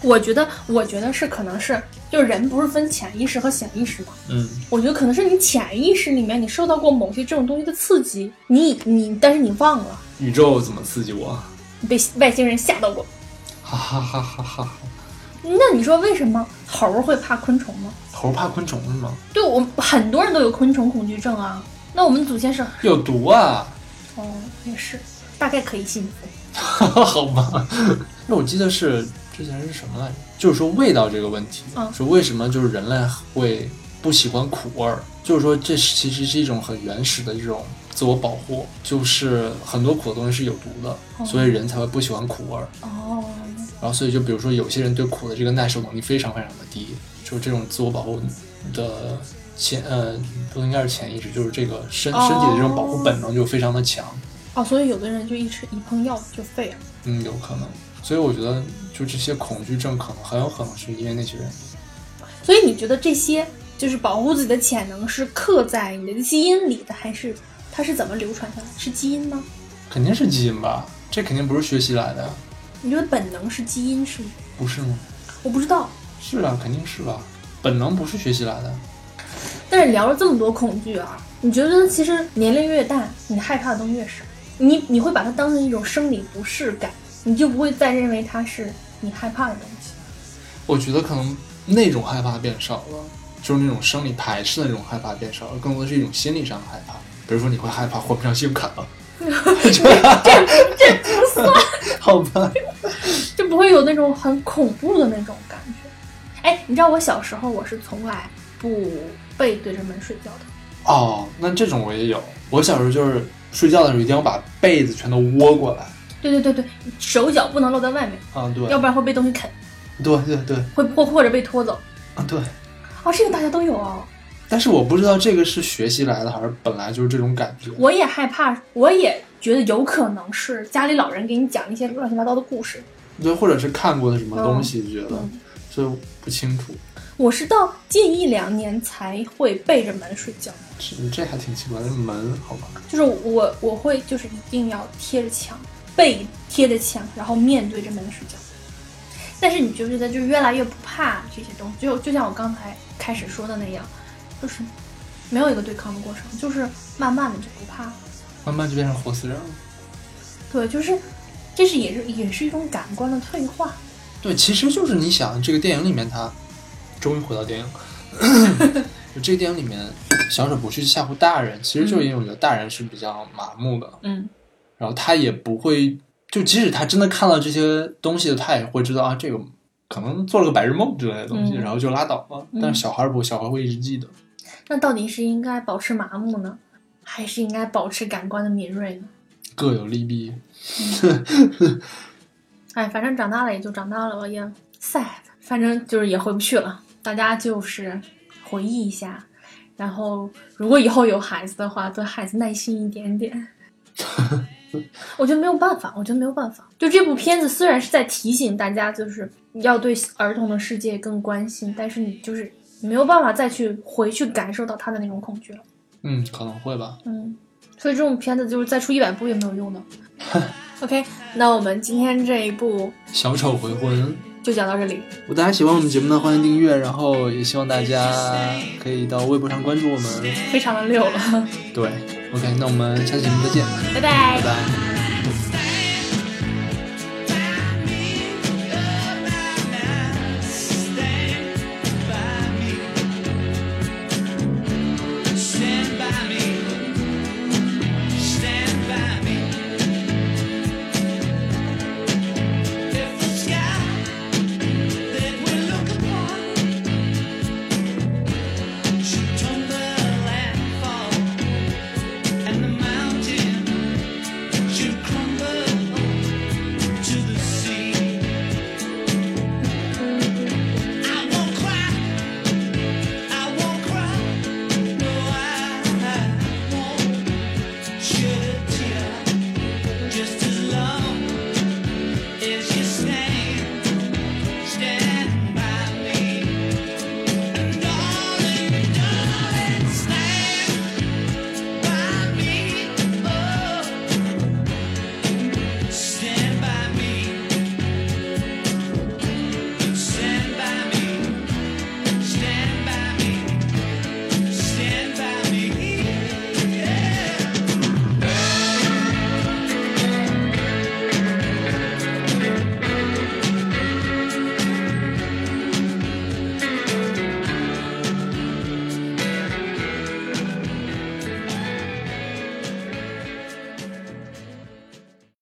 Speaker 2: 我觉得，我觉得是可能是，就是人不是分潜意识和显意识吗？
Speaker 3: 嗯，
Speaker 2: 我觉得可能是你潜意识里面你受到过某些这种东西的刺激，你你但是你忘了，
Speaker 3: 宇宙怎么刺激我？
Speaker 2: 你被外星人吓到过。
Speaker 3: 哈哈哈哈哈哈！
Speaker 2: 那你说为什么猴儿会怕昆虫吗？
Speaker 3: 猴怕昆虫是吗？
Speaker 2: 对我们很多人都有昆虫恐惧症啊。那我们祖先是，
Speaker 3: 有毒啊！
Speaker 2: 哦，也是，大概可以信服。
Speaker 3: (laughs) 好吧，那我记得是之前是什么来着？就是说味道这个问题，
Speaker 2: 嗯
Speaker 3: 说为什么就是人类会不喜欢苦味儿？就是说这是其实是一种很原始的一种自我保护，就是很多苦的东西是有毒的，
Speaker 2: 哦
Speaker 3: 所以人才会不喜欢苦味儿。
Speaker 2: 哦，
Speaker 3: 然后所以就比如说有些人对苦的这个耐受能力非常非常的低，就是这种自我保护的潜呃不应该是潜意识，就是这个身身体的这种保护本能就非常的强。
Speaker 2: 哦，所以有的人就一吃一碰药就废了。
Speaker 3: 嗯，有可能。所以我觉得，就这些恐惧症，可能很有可能是因为那些原因。
Speaker 2: 所以你觉得这些就是保护自己的潜能是刻在你的基因里的，还是它是怎么流传下来？是基因吗？
Speaker 3: 肯定是基因吧？这肯定不是学习来的呀，
Speaker 2: 你觉得本能是基因是吗？
Speaker 3: 不是吗？
Speaker 2: 我不知道。
Speaker 3: 是啊，肯定是吧。本能不是学习来的，
Speaker 2: 但是聊了这么多恐惧啊，你觉得其实年龄越大，你害怕的东西越少，你你会把它当成一种生理不适感，你就不会再认为它是你害怕的东西。
Speaker 3: 我觉得可能那种害怕变少了，就是那种生理排斥的那种害怕变少了，更多的是一种心理上的害怕。比如说，你会害怕换不上信用卡了，这这不 (laughs) 算，好吧？
Speaker 2: 就不会有那种很恐怖的那种感觉。哎，你知道我小时候我是从来不背对着门睡觉的，
Speaker 3: 哦，那这种我也有。我小时候就是睡觉的时候一定要把被子全都窝过来。
Speaker 2: 对对对对，手脚不能露在外面，
Speaker 3: 啊，对，
Speaker 2: 要不然会被东西啃，
Speaker 3: 对对对，
Speaker 2: 会或或者被拖走。
Speaker 3: 啊对。
Speaker 2: 哦，这个大家都有哦。
Speaker 3: 但是我不知道这个是学习来的，还是本来就是这种感觉。
Speaker 2: 我也害怕，我也觉得有可能是家里老人给你讲一些乱七八糟的故事。
Speaker 3: 对，或者是看过的什么东西，觉得
Speaker 2: 嗯
Speaker 3: 所以不清楚。
Speaker 2: 我是到近一两年才会背着门睡觉，
Speaker 3: 这这还挺奇怪，这门好吧？
Speaker 2: 就是我我会就是一定要贴着墙，背贴着墙，然后面对着门睡觉。但是你觉不觉得就是越来越不怕这些东西？就就像我刚才开始说的那样，就是没有一个对抗的过程，就是慢慢的就不怕了。
Speaker 3: 慢慢就变成活死人了。
Speaker 2: 对，就是这是也是也是一种感官的退化。
Speaker 3: 对，其实就是你想，这个电影里面他终于回到电影， (coughs) 就这个电影里面，小丑不去吓唬大人，其实就是因为我觉得大人是比较麻木的，
Speaker 2: 嗯，
Speaker 3: 然后他也不会，就即使他真的看到这些东西，他也会知道啊，这个可能做了个白日梦之类的东西，
Speaker 2: 嗯
Speaker 3: 然后就拉倒了。但是小孩儿不，小孩儿会一直记得。
Speaker 2: 那到底是应该保持麻木呢，还是应该保持感官的敏锐呢？
Speaker 3: 各有利弊。
Speaker 2: 哎，反正长大了也就长大了吧，也 sad，反正就是也回不去了。大家就是回忆一下，然后如果以后有孩子的话，对孩子耐心一点点。我觉得没有办法，我觉得没有办法。就这部片子虽然是在提醒大家，就是要对儿童的世界更关心，但是你就是没有办法再去回去感受到他的那种恐惧了。
Speaker 3: 嗯，可能会吧。
Speaker 2: 嗯，所以这种片子就是再出一百部也没有用的。OK，那我们今天这一部
Speaker 3: 小丑回魂。
Speaker 2: 就讲到这里。
Speaker 3: 如果大家喜欢我们节目呢，欢迎订阅，然后也希望大家可以到微博上关注我们。
Speaker 2: 非常的溜了，
Speaker 3: 对，OK，那我们下期节目再见，
Speaker 2: 拜拜
Speaker 3: 拜。拜。